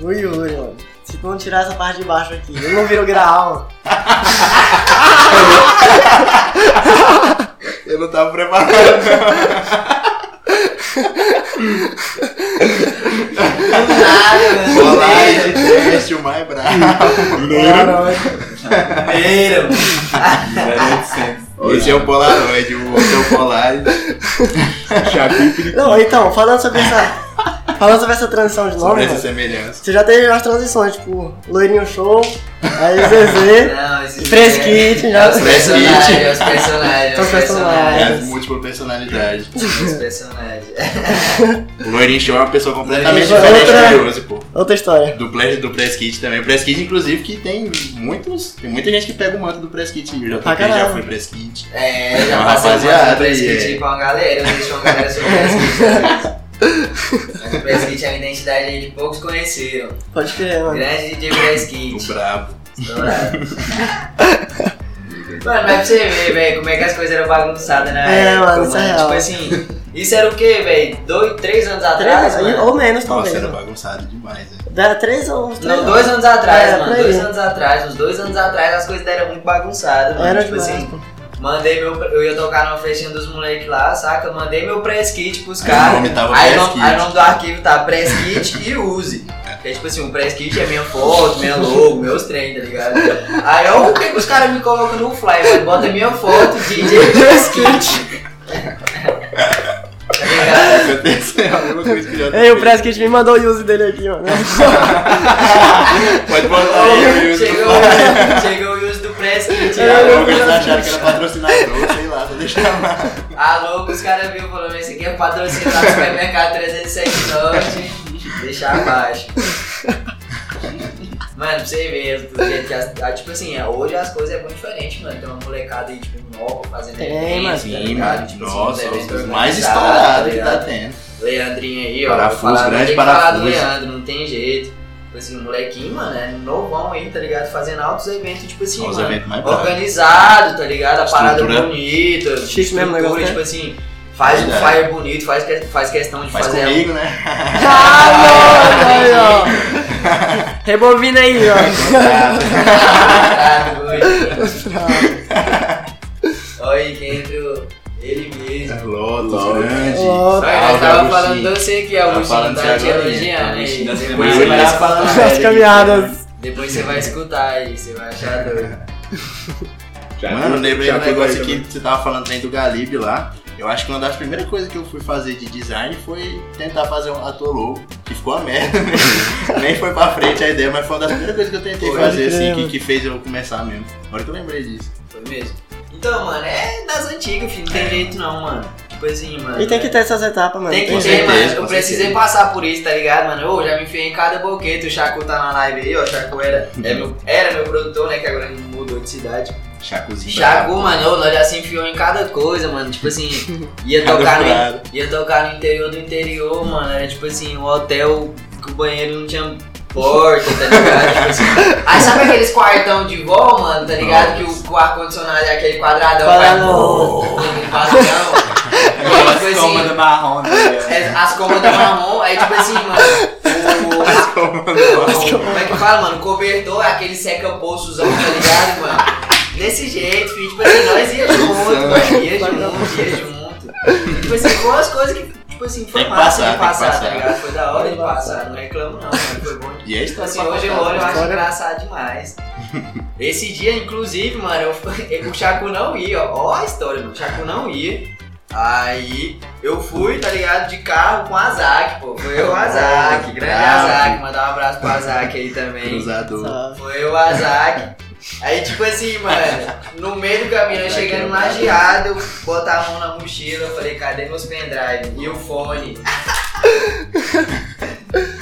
D: Ui, ui, mano. Se tu não tirar essa parte de baixo aqui, eu não viro grau.
B: Eu não tava preparado.
A: Nada, mano.
B: Olá, editante, o mais bravo.
A: Primeiro, mano.
B: Esse é o Polaroid, o outro é o Polaroid.
E: Chapipe.
D: Não, então, falando sobre essa. Falando sobre essa transição de
B: Sobre
D: nome,
B: essa
D: mano,
B: semelhança.
D: você já teve umas transições, tipo, loirinho show, aí
A: <laughs>
D: Zezé.
A: Não, esse
D: Fresh
A: é-
D: Kid, já.
A: é Os
B: Fresh Kid.
A: personagens, é os personagens, é os
D: São personagens.
B: É
A: personagens.
B: as múltiplas personalidades.
A: é Os personagens.
B: O Loirinho Show é uma pessoa completamente
D: Loirinho Show é
B: diferente
D: outra-
B: do Yose, pô.
D: Outra história.
B: Do Press, do press Kit também. O Press Kit, inclusive, que tem muitos. Tem muita gente que pega o manto do Press Kit. Eu já,
D: Pra
B: toquei, já
D: caralho.
B: fui Press Kit.
A: É,
B: É
A: já
B: uma
A: passei
B: rapaziada
A: um Fresh
B: aí,
A: Kid
B: é.
A: com a galera, deixou uma galera sobre o Fresh Kid. às vezes. Mas o Fresh Kid é uma identidade aí que poucos conheceram.
D: Pode crer, mano.
A: Grande DJ Fresh
B: O
A: Kid.
B: brabo.
A: Estourado. Mano, mas pra você ver, velho, como é que as coisas eram bagunçadas né, na
D: É,
A: época,
D: mano, isso é real.
A: Tipo assim, isso era o quê, velho? Dois, três anos atrás,
D: Três,
A: mano?
D: ou menos
B: Nossa,
D: talvez.
B: era
D: né?
B: bagunçado demais. né?
D: Dá três ou uns três
A: Não,
D: anos.
A: dois anos atrás,
D: É,
A: mano.
D: por aí.
A: Dois anos atrás. Uns dois anos atrás as coisas eram muito bagunçadas, mano.
D: Era
A: tipo
D: demais,
A: assim, mandei meu. Eu ia tocar numa festinha dos moleques lá, saca? Mandei meu press kit pros caras.
B: o nome tava
A: aí,
B: press
A: o nome-
B: kit.
A: aí o nome do arquivo tá press kit e use. Porque, tipo assim, o press kit é minha foto, minha logo, meus trem, tá ligado? Aí eu, por que que os caras me colocam no fly, mano? Bota minha foto, DJ press kit. tá ligado?
B: já tem alguma coisa que já tem.
D: Ei, o Prescott me mandou o use dele aqui, mano.
B: Pode botar aí, eu
A: Chegou,
B: Chegou.
A: chegou o uso do Prescott.
D: É,
B: Eles É,
A: assim,
B: acharam que era patrocinador, sei lá, vou deixar lá.
A: Alô, os caras viram falando, esse aqui é patrocinado do supermercado 307 Norte. Deixar abaixo. Mano, pra você ver, do jeito que as- ah, tipo assim, é, hoje as coisas é muito diferente, mano. Tem uma molecada aí, tipo, nova fazendo
D: Tem,
A: evento,
D: mano.
A: tá
B: Sim,
A: ligado?
B: mano.
A: Tipo assim,
B: É Nossa,
A: um evento
B: os mais
A: organizado, tá
B: estourados que
A: ligado?
B: tá tendo.
A: Leandrinho aí, ó.
B: Parafuso,
A: falar-
B: grande
A: tem que falar do
B: parafuso.
A: Leandro, não tem jeito. Tipo assim, o molequinho, mano, é novão aí, tá ligado? Fazendo altos eventos, tipo assim,
B: São os
A: mano,
B: eventos mais bravos.
A: organizado, tá ligado? A parada
B: Estrutura.
A: bonita,
D: Chique mesmo o
A: estrutura,
D: negócio, né?
A: tipo assim, faz um
B: Verdade.
A: fire bonito, faz, que- faz questão de
B: Faz
A: fazer um-
B: comigo, né?
A: <laughs>
D: Ah, não, aí, ó. Rebobina aí, ó.
A: Contrato, hoje. Olha aí quem entrou, ele mesmo.
B: Lotus, grande.
D: Ó,
A: Só assim. que nós tava
B: Salve, Agostinho.
A: falando de você aqui,
B: Tava
A: Augustinho,
B: falando de
A: tá te
B: agora, né?
A: elogiando aí.
B: Agostinho, das
A: Depois você
B: primeiras
A: vai
B: vezes.
A: falar.
B: <laughs>
D: as caminhadas.
A: Depois você vai escutar aí, você vai achar doido.
E: Já
B: Mano,
E: tem-
B: lembrei
E: já
B: um
E: tem
B: negócio
E: aí
B: que você tava falando também do Galib lá. Eu acho que uma das primeiras coisas que eu fui fazer de design foi tentar fazer um ator louco, que ficou uma merda. <laughs> Nem foi pra frente a ideia, mas foi uma das primeiras coisas que eu tentei
D: Pode
B: fazer,
D: crer,
B: assim, que,
D: mano.
B: que fez eu começar mesmo. Agora que eu lembrei disso.
A: Foi mesmo? Então, mano, é das antigas, filho. Não tem jeito não, mano. Tipo assim, mano.
D: E tem que ter essas etapas, mano.
A: Tem que
B: Com
A: ter,
B: certeza,
A: mano. Eu
B: com
A: precisei
B: certeza.
A: passar por isso, tá ligado, mano? Eu já me enfiei em cada boquete. O Chaco tá na live aí, ó. O Chaco era, é meu, era meu produtor, né? Que agora ele mudou de cidade.
B: Chacozinho.
A: Chaco, mano, eu- nós já se enfiou em cada coisa, mano. Tipo
B: <laughs>
A: assim, ia
B: Cada
A: tocar, no,
B: furada.
A: ia tocar no interior do interior, mano. Era tipo assim, um hotel que o banheiro não tinha porta, tá ligado? Tipo
B: <laughs>
A: assim. Aí sabe aqueles quartão de vó, mano, tá ligado? Que o, que o ar-condicionado é aquele quadradão, <laughs> um
D: Quadradão.
A: vai-
B: <laughs> é tá.
A: quadradão. Tipo assim,
B: Toma da marrom, né?
A: é, As comas da marrom, aí tipo assim, mano. o- o- Como é que fala, mano? Cobertor é aquele seca-bolsozão, tá ligado, mano? Desse jeito, filho. Tipo assim, nós ia junto, mano. Ia junto, ia junto. Tipo assim, com as coisas que. Tipo assim, foi
B: Tem que
A: massa
B: passar,
A: de
B: tem que
A: passar, tá
B: passar.
A: ligado? Foi da hora de passar, não reclamo não, mano. Foi bom de
B: E é
A: Tipo
B: isso,
A: assim, hoje eu olho, eu acho engraçado demais. Esse dia, inclusive, mano, eu- <laughs> o Chaco não ia, ó. Ó a história, mano. O Chaco não ia. Aí eu fui, tá ligado, de carro com o Azak, pô. Foi eu, o Azak, grande
B: Bravo.
A: Azak. Mandar um abraço pro Azak aí também.
B: Cruzador.
A: Foi o Azak. Aí, tipo assim, mano, no meio do caminho, eu chegando lajeado, eu botar a mão na mochila, eu falei, cadê meus pendrive? E o fone?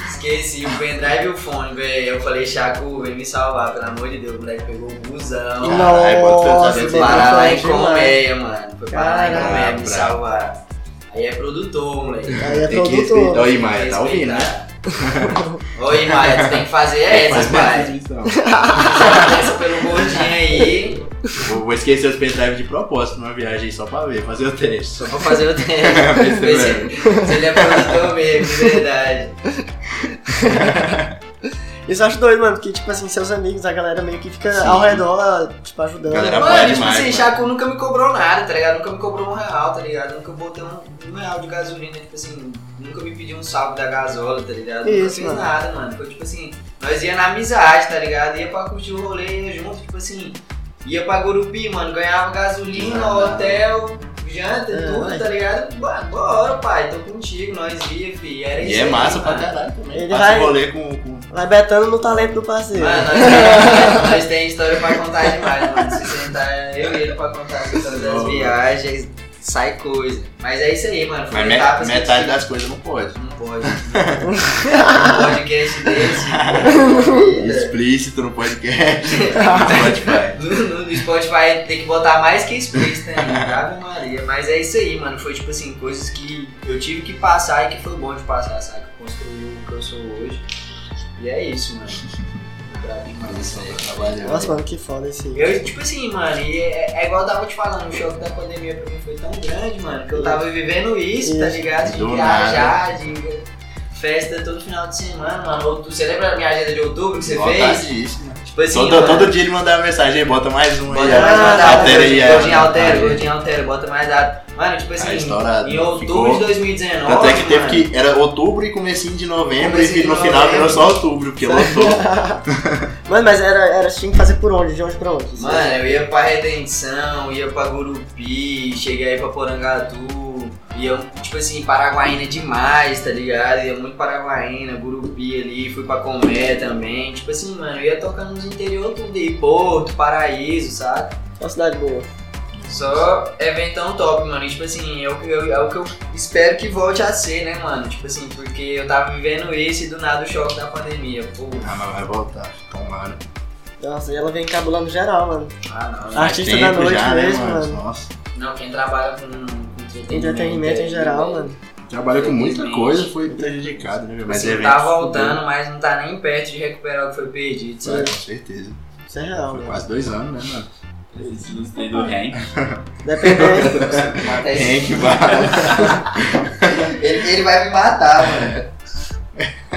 A: Esqueci, o pendrive e o fone, velho. Eu falei, Chaco, vem me salvar, pelo amor de Deus, o moleque pegou o busão.
D: é
B: Caralho, bota
D: Nossa, é
B: tanta gente
D: teve
A: Parar lá em
D: sorte, mano.
A: Colmeia, mano. Foi parar lá em
D: Caralho.
A: Colmeia, me
B: Brabo.
A: salvar. Aí é produtor, moleque.
D: Aí é
B: Tem que
D: produtor.
B: respeitar. Oi, Maia, tá ouvindo, né?
A: <laughs> Oi, Maia, tu tem que fazer essas, pai.
B: <laughs>
A: Começa pelo gordinho aí,
B: Vou, vou esquecer os pendrives de propósito numa viagem só pra ver, fazer o teste.
A: só pra fazer o teste. Ver se, se ele é produtor mesmo, de verdade.
D: Isso eu acho doido, mano, porque, tipo assim, seus amigos, a galera meio que fica
B: Sim.
D: ao redor, tipo, ajudando.
B: Galera,
A: Mano,
B: apoia
A: tipo
B: demais,
A: assim,
B: mano.
A: Chaco nunca me cobrou nada, tá ligado? Nunca me cobrou um real, tá ligado? Nunca botei um, um real de gasolina, tipo assim, nunca me pediu um salve da gasola, tá ligado?
D: Que
A: nunca
D: isso,
A: fez
D: mano.
A: nada, mano. Foi tipo assim, nós ia na amizade, tá ligado? Ia pra curtir o rolê, ia junto, tipo assim, ia pra Gurupi, mano, ganhava gasolina,
B: Ah.
A: hotel, janta,
D: É,
A: tudo,
D: ué.
A: tá ligado? Ba- Bora, pai, tô contigo, nós ia, fi. Era
B: E
A: isso
B: é
A: aí,
B: massa pra
A: mano.
B: caralho também.
D: Ele
B: Passa
D: vai-
B: o rolê com, com...
D: Vai betando no talento do parceiro.
A: Mano, nós,
B: <laughs>
A: nós tem história pra contar demais, mano. Se sentar eu e ele pra contar as histórias das viagens, sai coisa. Mas é isso aí, mano. Foi
B: Mas me-
A: etapas que
B: metade
A: a gente-
B: das coisas não pode.
A: Não pode. Um podcast
B: <laughs>
A: desse.
B: Explícito no podcast. no Spotify.
A: No, no Spotify tem que botar mais que explícito ainda, Ave Maria. Mas é isso aí, mano. Foi tipo assim, coisas que eu tive que passar e que foi bom de passar, sabe? Construiu o que eu sou hoje. E é isso, mano. Pra mim, mas isso aí.
D: Nossa, mano, que foda esse.
A: Eu, tipo assim, mano, e é, é igual eu tava te falando, o choque da pandemia pra mim foi tão grande, mano, que eu tava vivendo isso, tá
D: Isso.
A: ligado? De
B: Do
A: viajar, de festa todo final de semana, mano. Outubro- Você lembra a minha agenda de outubro que você fez? Tipo assim,
B: Todo,
A: mano,
B: todo dia ele mandava uma mensagem, aí, bota mais um
A: bota
B: aí.
A: mais data,
B: ó. Altera aí.
A: gordinho,
B: ó.
A: gordinho altera,
B: Aí,
A: gordinho altera, bota mais data. Mano, tipo
B: Aí
A: assim,
B: estourado. né?
A: em outubro
B: Ficou.
A: de 2019,
B: Tanto é que teve
A: mano,
B: que. Era outubro e comecinho de novembro,
A: Comecinho
B: e no
A: de
B: final
A: novembro.
B: virou só outubro, porque lotou.
D: <laughs> Mano, mas era, era, tinha que fazer por onde? De onde pra onde?
A: Mano, eu ia pra Redenção, ia pra Gurupi, cheguei aí pra Porangatu, E eu, tipo assim, Paraguaína demais, tá ligado? Ia muito Paraguaína, Gurupi ali, fui pra Comé também. Tipo assim, mano, eu ia tocando nos interior tudo aí, Porto, Paraíso, sabe?
D: Uma cidade boa.
A: Só eventão top, mano. E, tipo assim, é o, que eu, é o que eu espero que volte a ser, né, mano? Tipo assim, porque eu tava vivendo isso e do nada o choque da pandemia. Pô,
B: Ah, mas vai voltar, tomara.
D: Nossa, e ela vem encabulando geral, mano.
A: ah não. né?
D: Ah. Artista da noite mesmo, mano.
B: Nossa.
A: Não, quem trabalha com, com entretenimento.
D: Entretenimento
A: é,
D: em geral,
A: né?
D: mano.
B: Trabalhou com muita
A: Infelizmente.
B: coisa, foi prejudicado, né? velho?
A: Mas
B: é
A: tá
B: evento
A: voltando, mas não tá nem perto de recuperar o que foi perdido,
B: futuro,
A: sabe?
B: Com certeza.
D: Isso é real,
B: Foi
D: mano.
B: quase dois anos, né, mano?
F: Esse lance do Hank.
D: Dependendo.
A: É
B: Quem que vai?
A: <laughs> Ele, ele vai me matar, mano.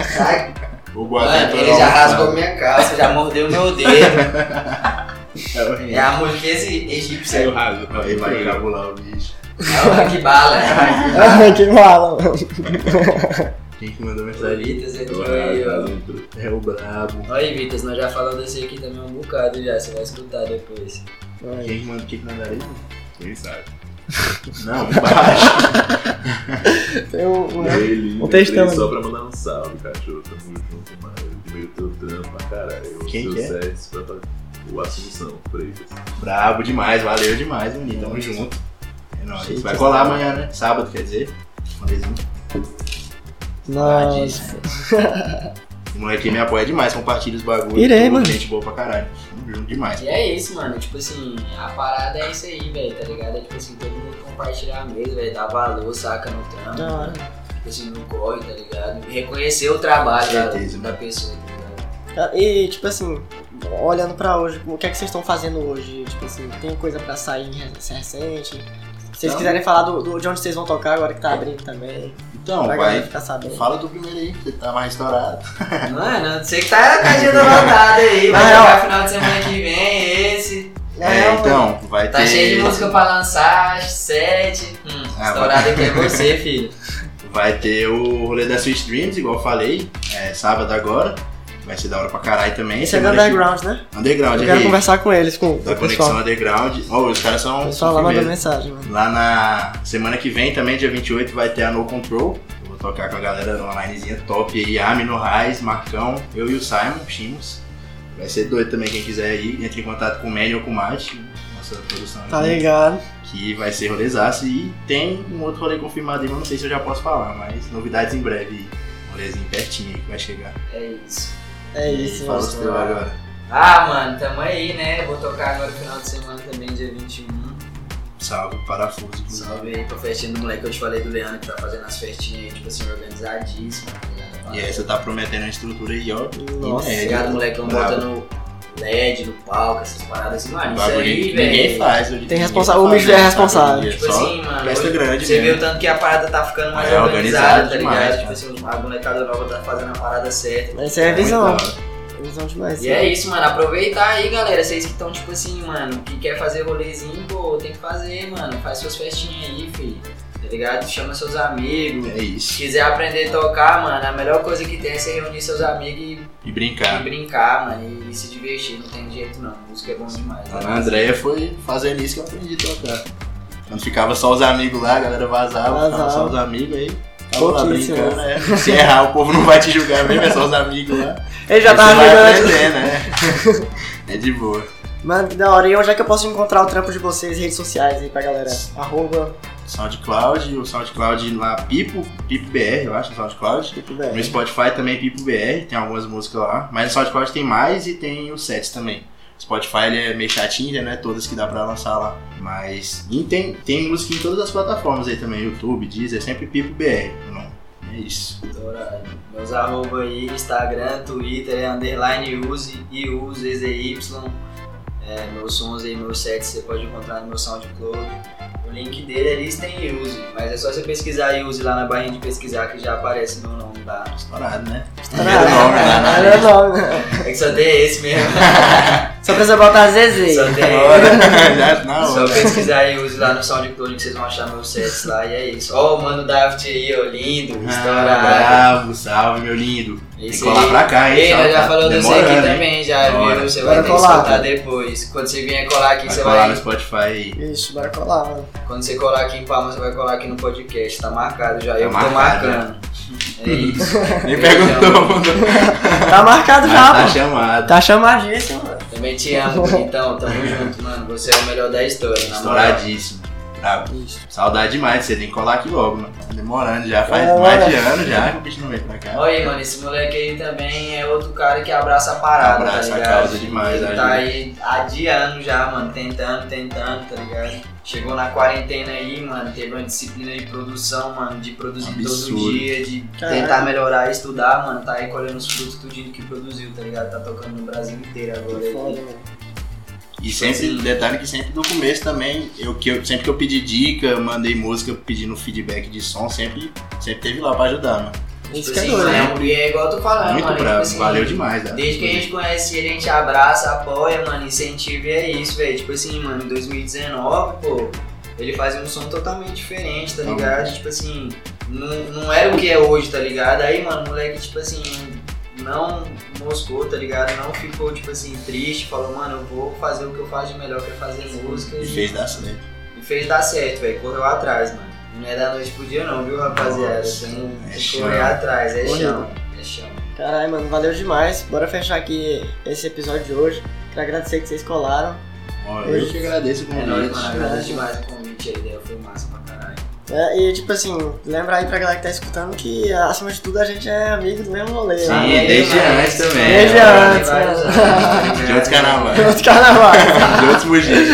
A: Sai,
B: Vou guardar
A: mano,
B: é pra
A: ele já
B: lá.
A: rasgou minha calça, já mordeu meu <laughs> dedo.
B: É o Henrique.
A: É a mulher egípcia.
F: Saiu raso.
B: Aí vai encabular o bicho.
A: É o que <laughs> bala.
D: <laughs> Ah, que mala, mano.
B: Quem que mandou mensagem?
A: Vitas entrou aí, ó.
E: Não,
B: É o brabo.
A: Oi, Vitas, nós já falamos desse aqui também um bocado já, você vai escutar depois.
B: Quem que mandou? Quem que mandaria?
E: Quem sabe?
B: Não, baixo.
D: Tem um. um-
B: Né?
E: Ele
D: Um textão.
E: só pra mandar um salve, cachorro. Tamo junto, mano. Admiro teu trampo pra caralho. Eu
B: Quem
E: sou
B: que é?
E: Sérgio, pra pra- o Assunção, Freitas.
B: Brabo demais, valeu demais, menino. Tamo junto. É nóis.
D: Gente,
B: Vai colar amanhã, né? Sábado, quer dizer. Um desenho.
D: Nossa.
B: Ah, <laughs> O moleque me apoia demais, compartilha os bagulhos.
D: Irei,
B: tudo,
D: mano.
B: Gente boa pra caralho. Tamo junto demais.
A: E é isso, mano, tipo assim, a parada é isso aí, velho, tá ligado? É tipo assim, todo mundo compartilhar mesmo, velho, dar valor, saca no trampo,
D: Da hora.
A: tipo assim, não corre, tá ligado? Reconhecer o trabalho da,
B: Certeza,
A: da pessoa, tá ligado?
D: Ah, E, tipo assim, olhando pra hoje, o que é que vocês estão fazendo hoje? Tipo assim, tem coisa pra sair re- recente? Se vocês
B: Então-
D: quiserem falar do, do- de onde vocês vão tocar agora que tá abrindo também,
B: Então,
D: pra galera
B: vai.
D: ficar sabendo.
B: Fala tu primeiro aí, que você tá mais estourado.
A: Mano, você que tá com a agenda lotada aí, vai
D: Não.
A: jogar final de semana que vem, esse.
B: É, então, vai
A: Tá
B: ter.
A: cheio de música pra lançar, sete. Hum,
B: Ah,
A: estourado aqui é você, filho.
B: Vai ter o rolê da Sweet Dreams, igual eu falei. É sábado agora. Vai ser da hora pra caralho também.
D: Esse é do
B: Semana que-
D: underground, né?
B: Underground,
D: Eu quero
B: errei.
D: conversar com eles, com
B: Da
D: o
B: Conexão
D: pessoal.
B: Underground. Ó, os caras
D: O
B: são.
D: pessoal
B: são
D: lá mandou
B: firmeza.
D: mensagem, mano.
B: Lá na semana que vem também, dia 28, vai ter a No Control. Eu vou tocar com a galera numa linezinha top aí, Amino Raiz, Marcão, eu e o Simon, Chimos. Vai ser doido também, quem quiser ir, entre em contato com o Manny ou com o Mate, nossa produção
D: Tá
B: aqui,
D: ligado?
B: que vai ser rolezaço. E tem um outro rolê confirmado aí, mas não sei se eu já posso falar, mas novidades em breve aí. Um Rolezinho pertinho aí que vai chegar.
A: É isso.
D: É
B: E
D: isso,
B: Fala
D: mano.
B: os teus agora.
A: Ah, mano, tamo aí, né? Vou tocar agora no final de semana também, dia 21.
B: Salve, parafuso, inclusive.
A: Salve aí pra festinha do moleque que eu te falei do Leandro, que tá fazendo as festinhas aí, tipo assim, organizadíssima. tá ligado?
B: E essa tá prometendo uma estrutura aí, ó.
D: Nossa.
B: É,
A: Tá ligado, moleque? Eu
B: Bravo.
A: botando LED no palco, essas paradas assim, mano. Isso
B: Bagulho
A: aí,
B: que ninguém
A: velho.
B: faz. hoje em dia,
D: Tem responsa-
B: ninguém
D: o bicho
B: faz,
D: é
B: né?
D: responsável.
B: Hoje em
A: Tipo
B: dia, só
A: assim, mano.
B: festa
A: hoje
B: grande né?
A: Você vê o
B: mesmo.
A: tanto que a parada tá ficando mais
B: É,
A: organizada,
B: organizado
A: tá
B: demais,
A: ligado? Tipo
B: cara.
A: assim, a molecada nova tá fazendo a parada certa.
D: Essa é a
B: Muito da
D: visão.
B: hora.
D: Visão demais.
A: E é isso, mano. Aproveitar aí, galera. Vocês que estão, tipo assim, mano, que quer fazer rolezinho, pô, tem que fazer, mano. Faz suas festinhas aí, filho. Tá ligado? Chama seus amigos.
B: É
A: Se
B: isso.
A: quiser aprender a tocar, mano, a melhor coisa que tem é você reunir seus amigos e,
B: E
A: e
B: brincar.
A: brincar, mano, e se divertir, não tem jeito não. Música é bom demais.
B: A
A: né?
B: Ana Tá Andréia foi fazendo isso que eu aprendi a tocar. Quando ficava só os amigos lá, a galera vazava, ficava
D: Vazava.
B: só os amigos aí. Tava lá
D: Pouquíssimas.
B: brincando, é. Se errar, o povo não vai te julgar mesmo, é só os amigos lá.
D: Ele já tá
B: Aí
D: tava
B: você vai
D: jogando.
B: aprender, né? <laughs> É de boa.
D: Mano, que da hora. E onde é que eu posso encontrar o trampo de vocês, redes sociais aí pra galera? Arroba,
B: SoundCloud, o SoundCloud lá, Pipo, Pipo BR, eu acho, SoundCloud.
D: tipo,
B: No
D: velho.
B: Spotify também é Pipo BR, tem algumas músicas lá. Mas no SoundCloud tem mais e tem os sets também. Spotify ele é meio chatinho, né? Todas que dá pra lançar lá. Mas e tem, tem música em todas as plataformas aí também. YouTube, Deezer, sempre Pipo BR. Não, é isso.
A: Dourado. Meus arroba aí, Instagram, Twitter, é underline use e use y É, meus sons aí, meus sets, você pode encontrar no meu SoundCloud. O link dele é lista em use, mas é só você pesquisar use lá na barrinha de pesquisar que já aparece meu nome tá? lá.
B: Estourado, né?
D: Estourado.
B: nome lá na
D: Era o nome, né?
A: É que só tem esse
B: <laughs>
A: mesmo.
D: Só precisa botar Zezé.
A: só tem
B: Já <laughs> na
A: É. Só
B: hora.
A: pesquisar aí, use lá no SoundCloud que vocês vão achar meus sets lá e é isso. Ó, o mano Daft aí, ó, lindo,
B: Ah,
A: estourado.
B: bravo, salve meu lindo.
A: É
B: Tem que
A: Esse
B: colar
A: aí-
B: pra cá, hein?
A: Ei,
B: só
A: nós já
B: tá
A: falou desse aqui
B: demorando, hein?
A: também, já,
B: Bora.
A: viu? Você
D: Bora
A: vai ter que
D: é colar,
A: escutar
D: cara.
A: depois. Quando você vier colar aqui, você
B: Vai colar né?
A: vai.
B: no Spotify
A: <laughs>
B: aí.
D: Ixi, bora colar, mano.
A: Quando você colar aqui em Palmas, você vai colar aqui no podcast. Tá marcado já. eu tô
B: marcado, né?
A: marcando. É isso.
B: <laughs> Nem
A: Eu
B: perguntou,
A: te amo.
B: mandou.
D: Tá marcado
B: Mas <laughs>
D: já,
B: tá
D: mano.
B: chamado.
D: Tá chamadíssimo, mano.
A: Também te amo, bonitão. Tamo junto, mano. Você é o melhor da história, na moral.
B: Estouradíssimo. Bravo.
D: Ixi.
B: Saudade demais, você tem que colar aqui logo, mano. Tá demorando já, faz
D: É,
B: mais
D: mano.
B: de ano já que o bicho não veio pra cá.
A: Olha aí, mano, esse moleque aí também é outro cara que abraça a parada,
B: Abraça
A: tá
B: a
A: ligado?
B: causa demais, né?
A: Ele
B: ajuda.
A: tá aí adiando já, mano, tentando, tentando, tá ligado? Chegou na quarentena aí, mano, teve uma disciplina de produção, mano, de produzir todo
B: Absurdo.
A: dia, de
D: Caralho.
A: tentar melhorar, estudar, mano, tá aí colhendo os frutos tudinho que produziu, tá ligado? Tá tocando no Brasil inteiro agora.
D: Que
A: Ele-
D: foda, mano.
B: E sempre, detalhe que sempre do começo também, eu, que eu, sempre que eu pedi dica, eu mandei música pedindo feedback de som, sempre, sempre teve lá pra ajudar, mano.
A: Tipo
D: Isso que é
A: assim,
D: doido, né?
A: mano, e é igual eu tô falando,
B: Muito
A: mano, tipo
B: bravo,
A: assim,
B: valeu demais, cara.
A: Desde que a gente conhece ele, a gente abraça, apoia, mano, incentiva e é isso, velho. Tipo assim, mano, em 2019, pô, ele fazia um som totalmente diferente, tá
B: Tá
A: ligado? Tipo assim, não, não era o que é hoje, tá ligado? Aí, mano, o moleque, tipo assim, não moscou, tá ligado? Não ficou, tipo assim, triste, falou, mano, eu vou fazer o que eu faço de melhor, que é fazer música.
B: E fez dar certo.
A: E fez dar certo, velho. Correu atrás, mano. Não é da noite pro dia não, viu, rapaziada?
B: Nossa,
A: Tem
B: é
A: que
B: chão.
A: correr atrás, é
D: Correu.
A: chão. É chão.
D: Caralho, mano, valeu demais. Bora fechar aqui esse episódio de hoje. Quero agradecer que vocês colaram.
B: Ó, eu que agradeço o
A: É nóis, mano.
B: convite.
A: Agradeço demais o convite aí, né? foi massa pra caralho.
D: É, e tipo assim, lembra aí pra galera que tá escutando que acima de tudo a gente é amigo do mesmo rolê.
B: Sim,
D: né?
A: Valeu,
B: desde
A: mano.
B: antes também.
D: Desde
A: Valeu,
D: antes,
A: valeu,
D: né?
B: <laughs>
A: valeu, valeu.
B: De outros carnaval.
D: Outro carnaval.
B: De outros mugicas.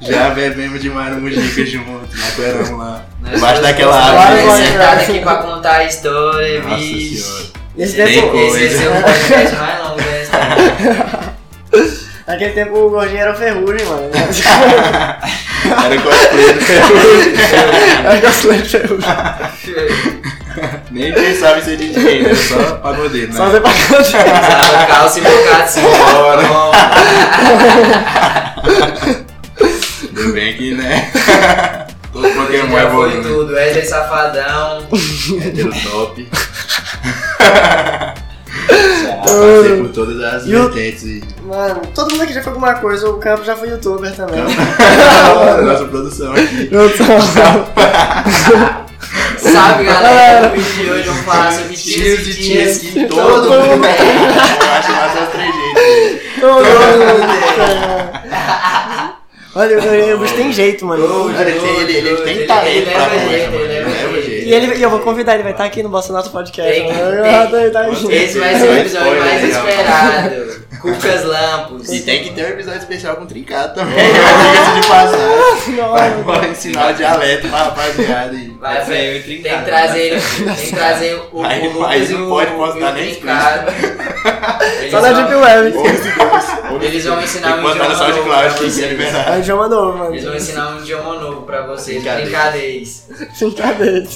A: Tem,
B: Já bebemos demais no Mujica junto, materamos lá.
A: nós
B: Embaixo
A: somos
B: daquela né?
A: vários
D: árvore.
A: sentados aqui pra contar a história,
B: Nossa
A: vixe.
B: senhora.
D: Nesse
A: Esse-
B: Tem
D: tempo,
A: Esse esse é o podcast mais longo da história.
D: naquele tempo o gordinho era o ferrugem, mano. <laughs>
B: Era cosplay do Ferrugem.
D: Era gostoso de ferrugem.
B: <laughs> Nem pensava em ser DJ, né? Só pagodeiro,
D: Só
B: né?
D: fazer pra cantar.
A: Usava calça e bocado se embora.
B: Ainda bem que, né? Todo Pokémon é
A: Já foi
B: volume.
A: tudo. Wesley Safadão.
B: Hétero top. Já Passei por todas as
D: E o-
B: vertentes e.
D: Mano, todo mundo aqui já foi alguma coisa, o campo já foi youtuber também.
B: Nossa produção aqui.
D: Não tô.
A: Sabe,
D: <laughs>
A: galera, no vídeo de hoje vamos falar sobre tios e tias que todo mundo tem.
B: <laughs> Eu acho massa os três jeitos.
D: Todo mundo tem. Olha, o- o bicho tem jeito, mano.
B: Cara, ele tem- ele- ele tem
A: Ele-
B: talento
A: ele
B: pra
A: leva
B: coisa,
A: jeito,
B: mano.
A: ele
B: Ele
A: leva
B: leva
A: jeito.
D: E, ele, e eu vou convidar, ele vai estar aqui no Bossa Nota Podcast.
A: Tem,
D: mano. Eu
A: tem.
D: adoro ele tá aqui.
A: Esse vai ser o episódio mais
B: né?
A: esperado.
B: <laughs>
A: Cucas Lampos.
B: E tem que ter um episódio especial com o Trincado também. né? Diga-se de passagem.
D: Nossa.
B: Vai ensinar o dialeto pra rapaziada aí.
A: Vai,
F: Essa aí
A: velho.
F: eu e
A: Tem que
B: né?
F: Trincado,
A: trazer ele. Tem que trazer o, o
B: <laughs> Aí-
A: Lucas
B: aí
A: e
B: não
A: o-
B: pode postar
A: e o
B: nem
A: Trincado. Eles
D: Só na
A: vão-
D: Deep Web.
A: Eles vão ensinar
B: Tem
A: um
B: que botar
A: idioma
B: tá no
A: novo
B: SoundCloud
A: pra
B: que é
A: vocês.
B: liberado.
D: É um idioma novo, mano.
A: Eles vão ensinar um idioma novo pra vocês.
B: Brincadeira.
A: Brincadeiras.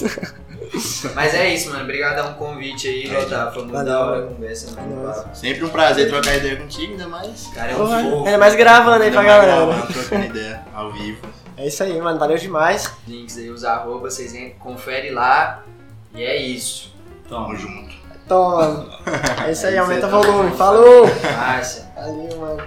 D: Brincadeira.
A: Mas é isso, mano. Obrigado a um convite aí, Lotar. Foi muito
D: Valeu,
A: da hora a
D: mano.
A: conversa,
D: É
A: mano.
D: nóis.
B: Sempre um prazer trocar ideia contigo, ainda mais.
A: Cara, é um fofo.
D: Porra, É mais gravando aí
B: Ainda
D: pra
B: mais
D: galera.
B: gravando, Trocando ideia ao vivo.
D: É isso aí, mano. Valeu demais.
A: links aí, os arroba, vocês en- confere lá. E é isso.
B: Tamo junto.
D: Toma. É isso aí,
B: Aí
D: aumenta o
B: você tá
D: volume. Falou!
A: Márcia.
D: Valeu, mano.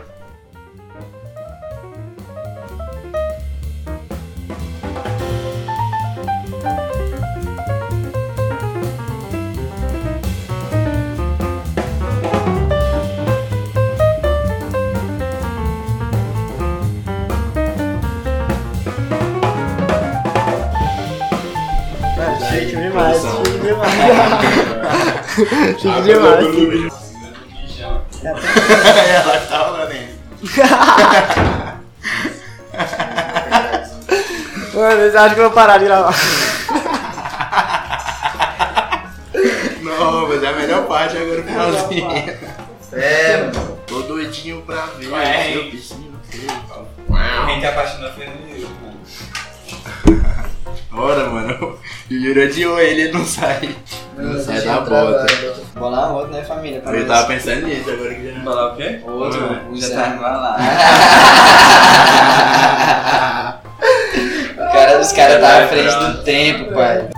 D: Mano, Chique demais, chique demais. Chique demais.
B: Ela que tá rolando aí.
D: Mano, vocês acham que eu vou parar de gravar?
B: Não, mas é a melhor parte agora o finalzinho.
A: É, mano.
B: Tô doidinho pra ver.
F: Ué,
B: seu
F: hein?
B: piscina, feio.
F: Quem te apaixonou foi eu, mano.
B: <laughs> Ora, mano. O Yuri odiou ele, ele não sai.
A: É
B: Não sai da bota.
A: Vou lá, outro, né, família? Pra
B: Eu
A: nós.
B: tava pensando nisso agora que já.
F: Falar o quê?
A: Outro,
F: Hum,
A: o
F: já
A: Zé.
F: tá indo lá.
A: <laughs> O cara dos É. caras tá à frente do tempo, pai.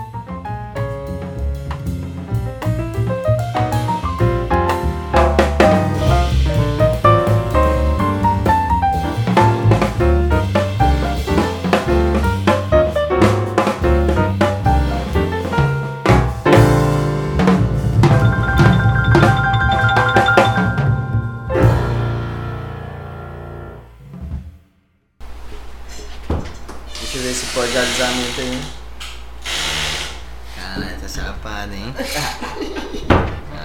A: visualizamento aí. Caralho, tá chapado, hein?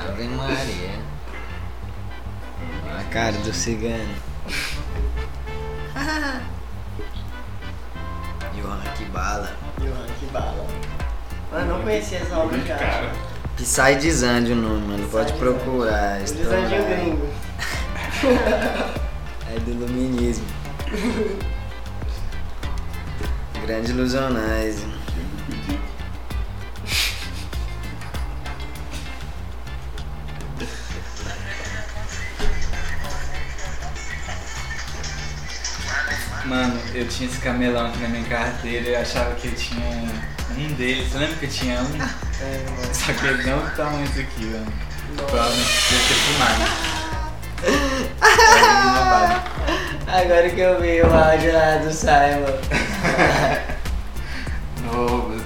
A: Ave Maria. Olha a cara do cigano. <laughs> e o Hank Bala.
D: Johan, que bala. Mano, eu não conhecia essa obra, cara.
F: Cara,
A: Psy Design o nome, mano. Pode procurar.
D: O
A: estourar.
D: Desandinho gringo.
A: É do iluminismo. Grande ilusionais.
F: Mano, eu tinha esse camelão aqui na minha carteira eu achava que eu tinha um deles. Você lembra que eu tinha um?
D: É, mano.
F: Só que ele não tá muito aqui, mano. Provavelmente deve ter filmado. Aí me roubaram.
D: Agora que eu vi o áudio lá do Simon.
B: Novo.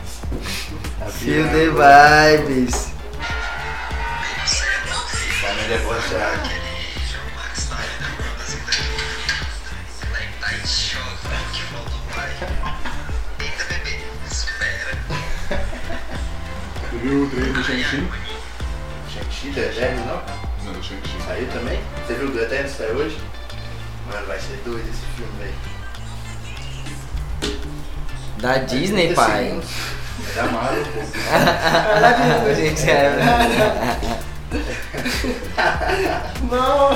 F: é
A: Feel the vibes.
B: Tá me debochado.
E: Tu viu o trailer do Shang-Chi?
B: Shang-Chi, do Eterno, não?
E: Não, do Shang-Chi.
B: Saiu também? Você viu o do Eterno que saiu hoje? Mano, vai ser doido esse filme, velho.
A: Da Disney,
D: <laughs>
A: pai.
B: É da Marvel, pô.
A: A gente
D: <laughs>
A: é.
D: Não!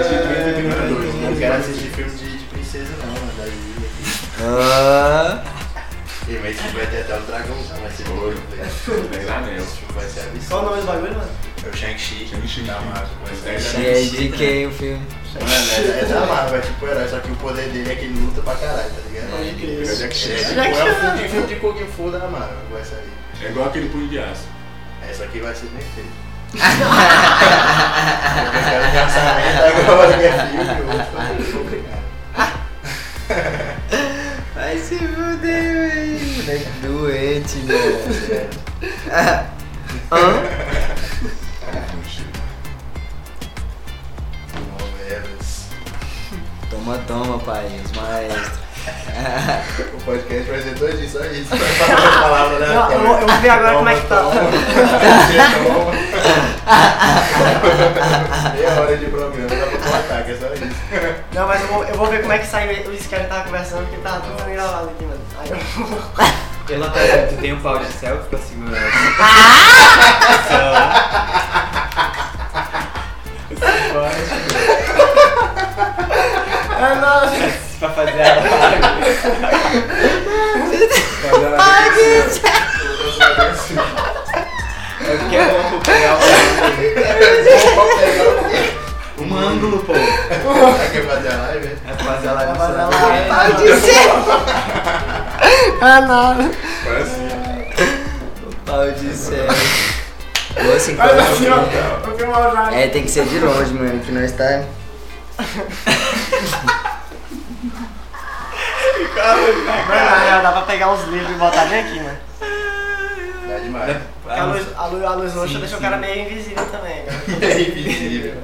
B: Eu não quero assistir filme de, de princesa, não, mano. Daí.
A: Ah,
B: E mas esse vai ter até o dragão, não vai ser doido, velho.
E: Tem lá mesmo.
B: Esse filme vai ser
D: Qual o
B: absurdo.
D: nome do bagulho, mano?
B: É o Shang-Chi.
E: Shang-Chi.
B: Da Marvel. vai ser
E: É
A: e é de quem o filme?
B: Mano, é, é da Marvel, é tipo herói, só que o poder dele é que ele luta pra caralho, tá ligado?
D: Pode crer.
B: É Jack Chan. É tipo,
D: Jack
B: é o
D: Chan.
B: filme de- filme de Kung Fu da Marvel que vai sair.
E: É igual aquele punho de aço.
B: Essa aqui vai ser bem feita. Eu
D: <laughs>
B: quero casamento agora, minha filha, eu vou te fazer complicado.
A: Vai se fuder, velho. Moleque doente, velho. Hã?
B: é,
A: Toma, toma, pai. Os maestros.
B: O podcast vai ser dois dias, só
D: <laughs>
B: isso. Vai falar a palavra, né?
D: Não, eu vou- eu vou ver agora como é que tá.
B: Toma, toma. Toma. <laughs> Meia hora de programa, dá pra cortar, que é só isso.
D: Não, mas eu vou, eu vou ver como é que saiu isso que a gente tava conversando, porque tava tudo sendo gravado aqui, mano. Aí eu vou.
F: Eu não tô- tu tem um pau de selfie pra segurar.
D: Ah, nossa!
F: pra fazer a live.
B: Eu só penso,
F: É porque é bom pra pegar um-
B: vou <laughs> pegar
F: um ângulo, <laughs> pô. É
B: o- Vai quer fazer a live, é?
F: pra fazer a live.
D: Vai fazer a
F: só.
D: live.
F: É.
D: Ah, não!
E: Parece.
A: Pau de céu. Boa
D: Mas assim, ó,
A: 50.
D: eu vi uma hora.
A: É, tem que ser de longe, mano, que nós tá.
D: Mano, na real, dá pra pegar uns livros e botar bem aqui, mano.
B: Dá demais.
D: Porque a luz, a luz, a luz roxa
F: Sim,
D: deixa o
F: sim.
D: cara meio invisível também, né? cara.
B: É invisível.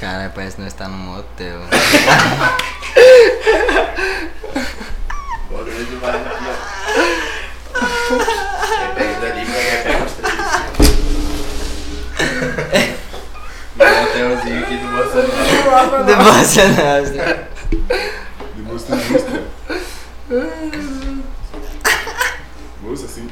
A: Caralho, parece que nós tá num motel.
B: Bora ver demais aqui, ó. Quem pega dali, quem pega os três. Meu hotelzinho aqui do Bolsonaro.
A: Do Bolsonaro. né?
E: Demonstra <laughs> justa. Moça, assim.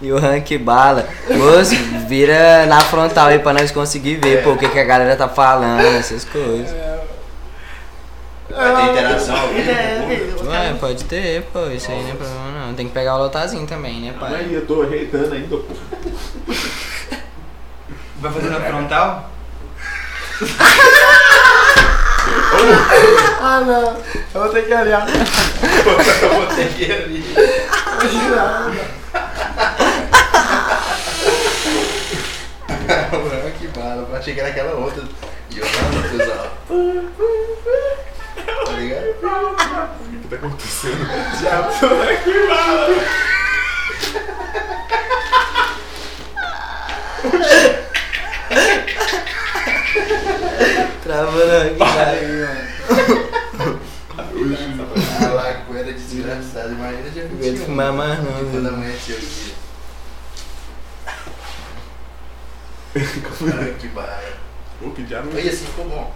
A: E o rank bala. Moço, vira na frontal aí pra nós conseguir ver, pô, o que, que a galera tá falando, essas coisas.
B: Vai ter interação ao vivo
D: É,
B: com o público.
D: os
A: Ué,
D: caras-
A: pode ter, pô, isso aí não é problema não. Tem que pegar o lotazinho também, né, pai?
E: Aí eu tô reitando ainda, pô.
F: Vai fazer na frontal?
D: Ah, não! Eu vou ter que olhar.
B: Eu vou ter que ir ali. Mano, que bala. Eu achei que era aquela outra. E eu tava "Ah, no cuzão. Tá ligado?
E: O que tá acontecendo?
A: Travando aqui, cara.
B: A lagoeira desgraçada, imagina já
A: Não aguento fumar mais não,
B: Quando
A: velho.
B: amanhecer o dia. Cara, que barra.
E: Pô, que diabo.
B: Olha, assim ficou bom.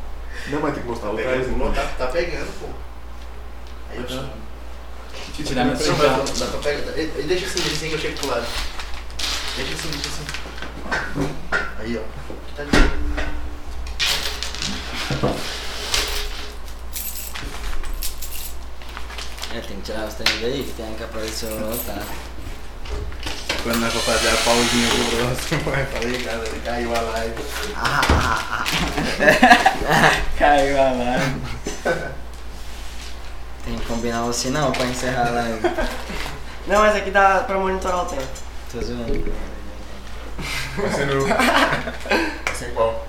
E: Não, mas tem que mostrar
B: Tá
E: o trás.
B: pegando,
E: né?
B: não, tá, tá pegando, pô. Aí eu chamo.
G: Tirar meu
B: Não,
G: celular.
B: mas Dá pra pegar. e- e Deixa assim, assim que eu chego pro lado. Deixa assim, deixa assim. Aí, ó. Tá ligado?
A: É, tem que tirar os tênis daí, que tem que aparecer o não, tá?
H: Quando nós for fazer a pausinha horrorosa. <laughs>
B: Falei, galera, caiu a live.
G: Caiu a live.
A: Tem que combinar o sinal pra encerrar a live.
D: Não, mas aqui dá pra monitorar o tempo.
A: Tô zoando.
E: Vai ser no.
A: <laughs>
E: Vai ser em qual?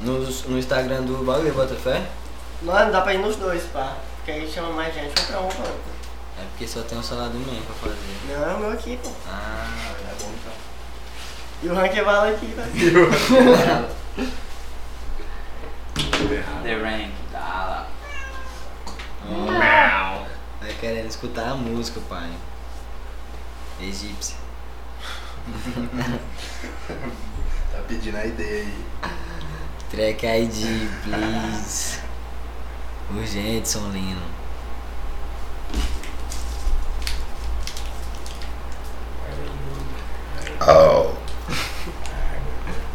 A: No, no Instagram do Bagulho Botafé?
D: Mano, dá pra ir nos dois, pá. Porque aí chama mais gente. Um pra um, mano.
A: É porque só tem um salário do meio pra fazer.
D: Não, o meu aqui, pô.
A: Ah,
B: Tá bom, então.
D: E o ranking bala aqui, tá? velho.
A: tá. <laughs>
G: The Rank. Tá lá.
A: vai querendo escutar a música, pai. Egípcia.
B: Tá pedindo a ideia aí.
A: Track ID, please. Urgente, São Lino.
B: Oh.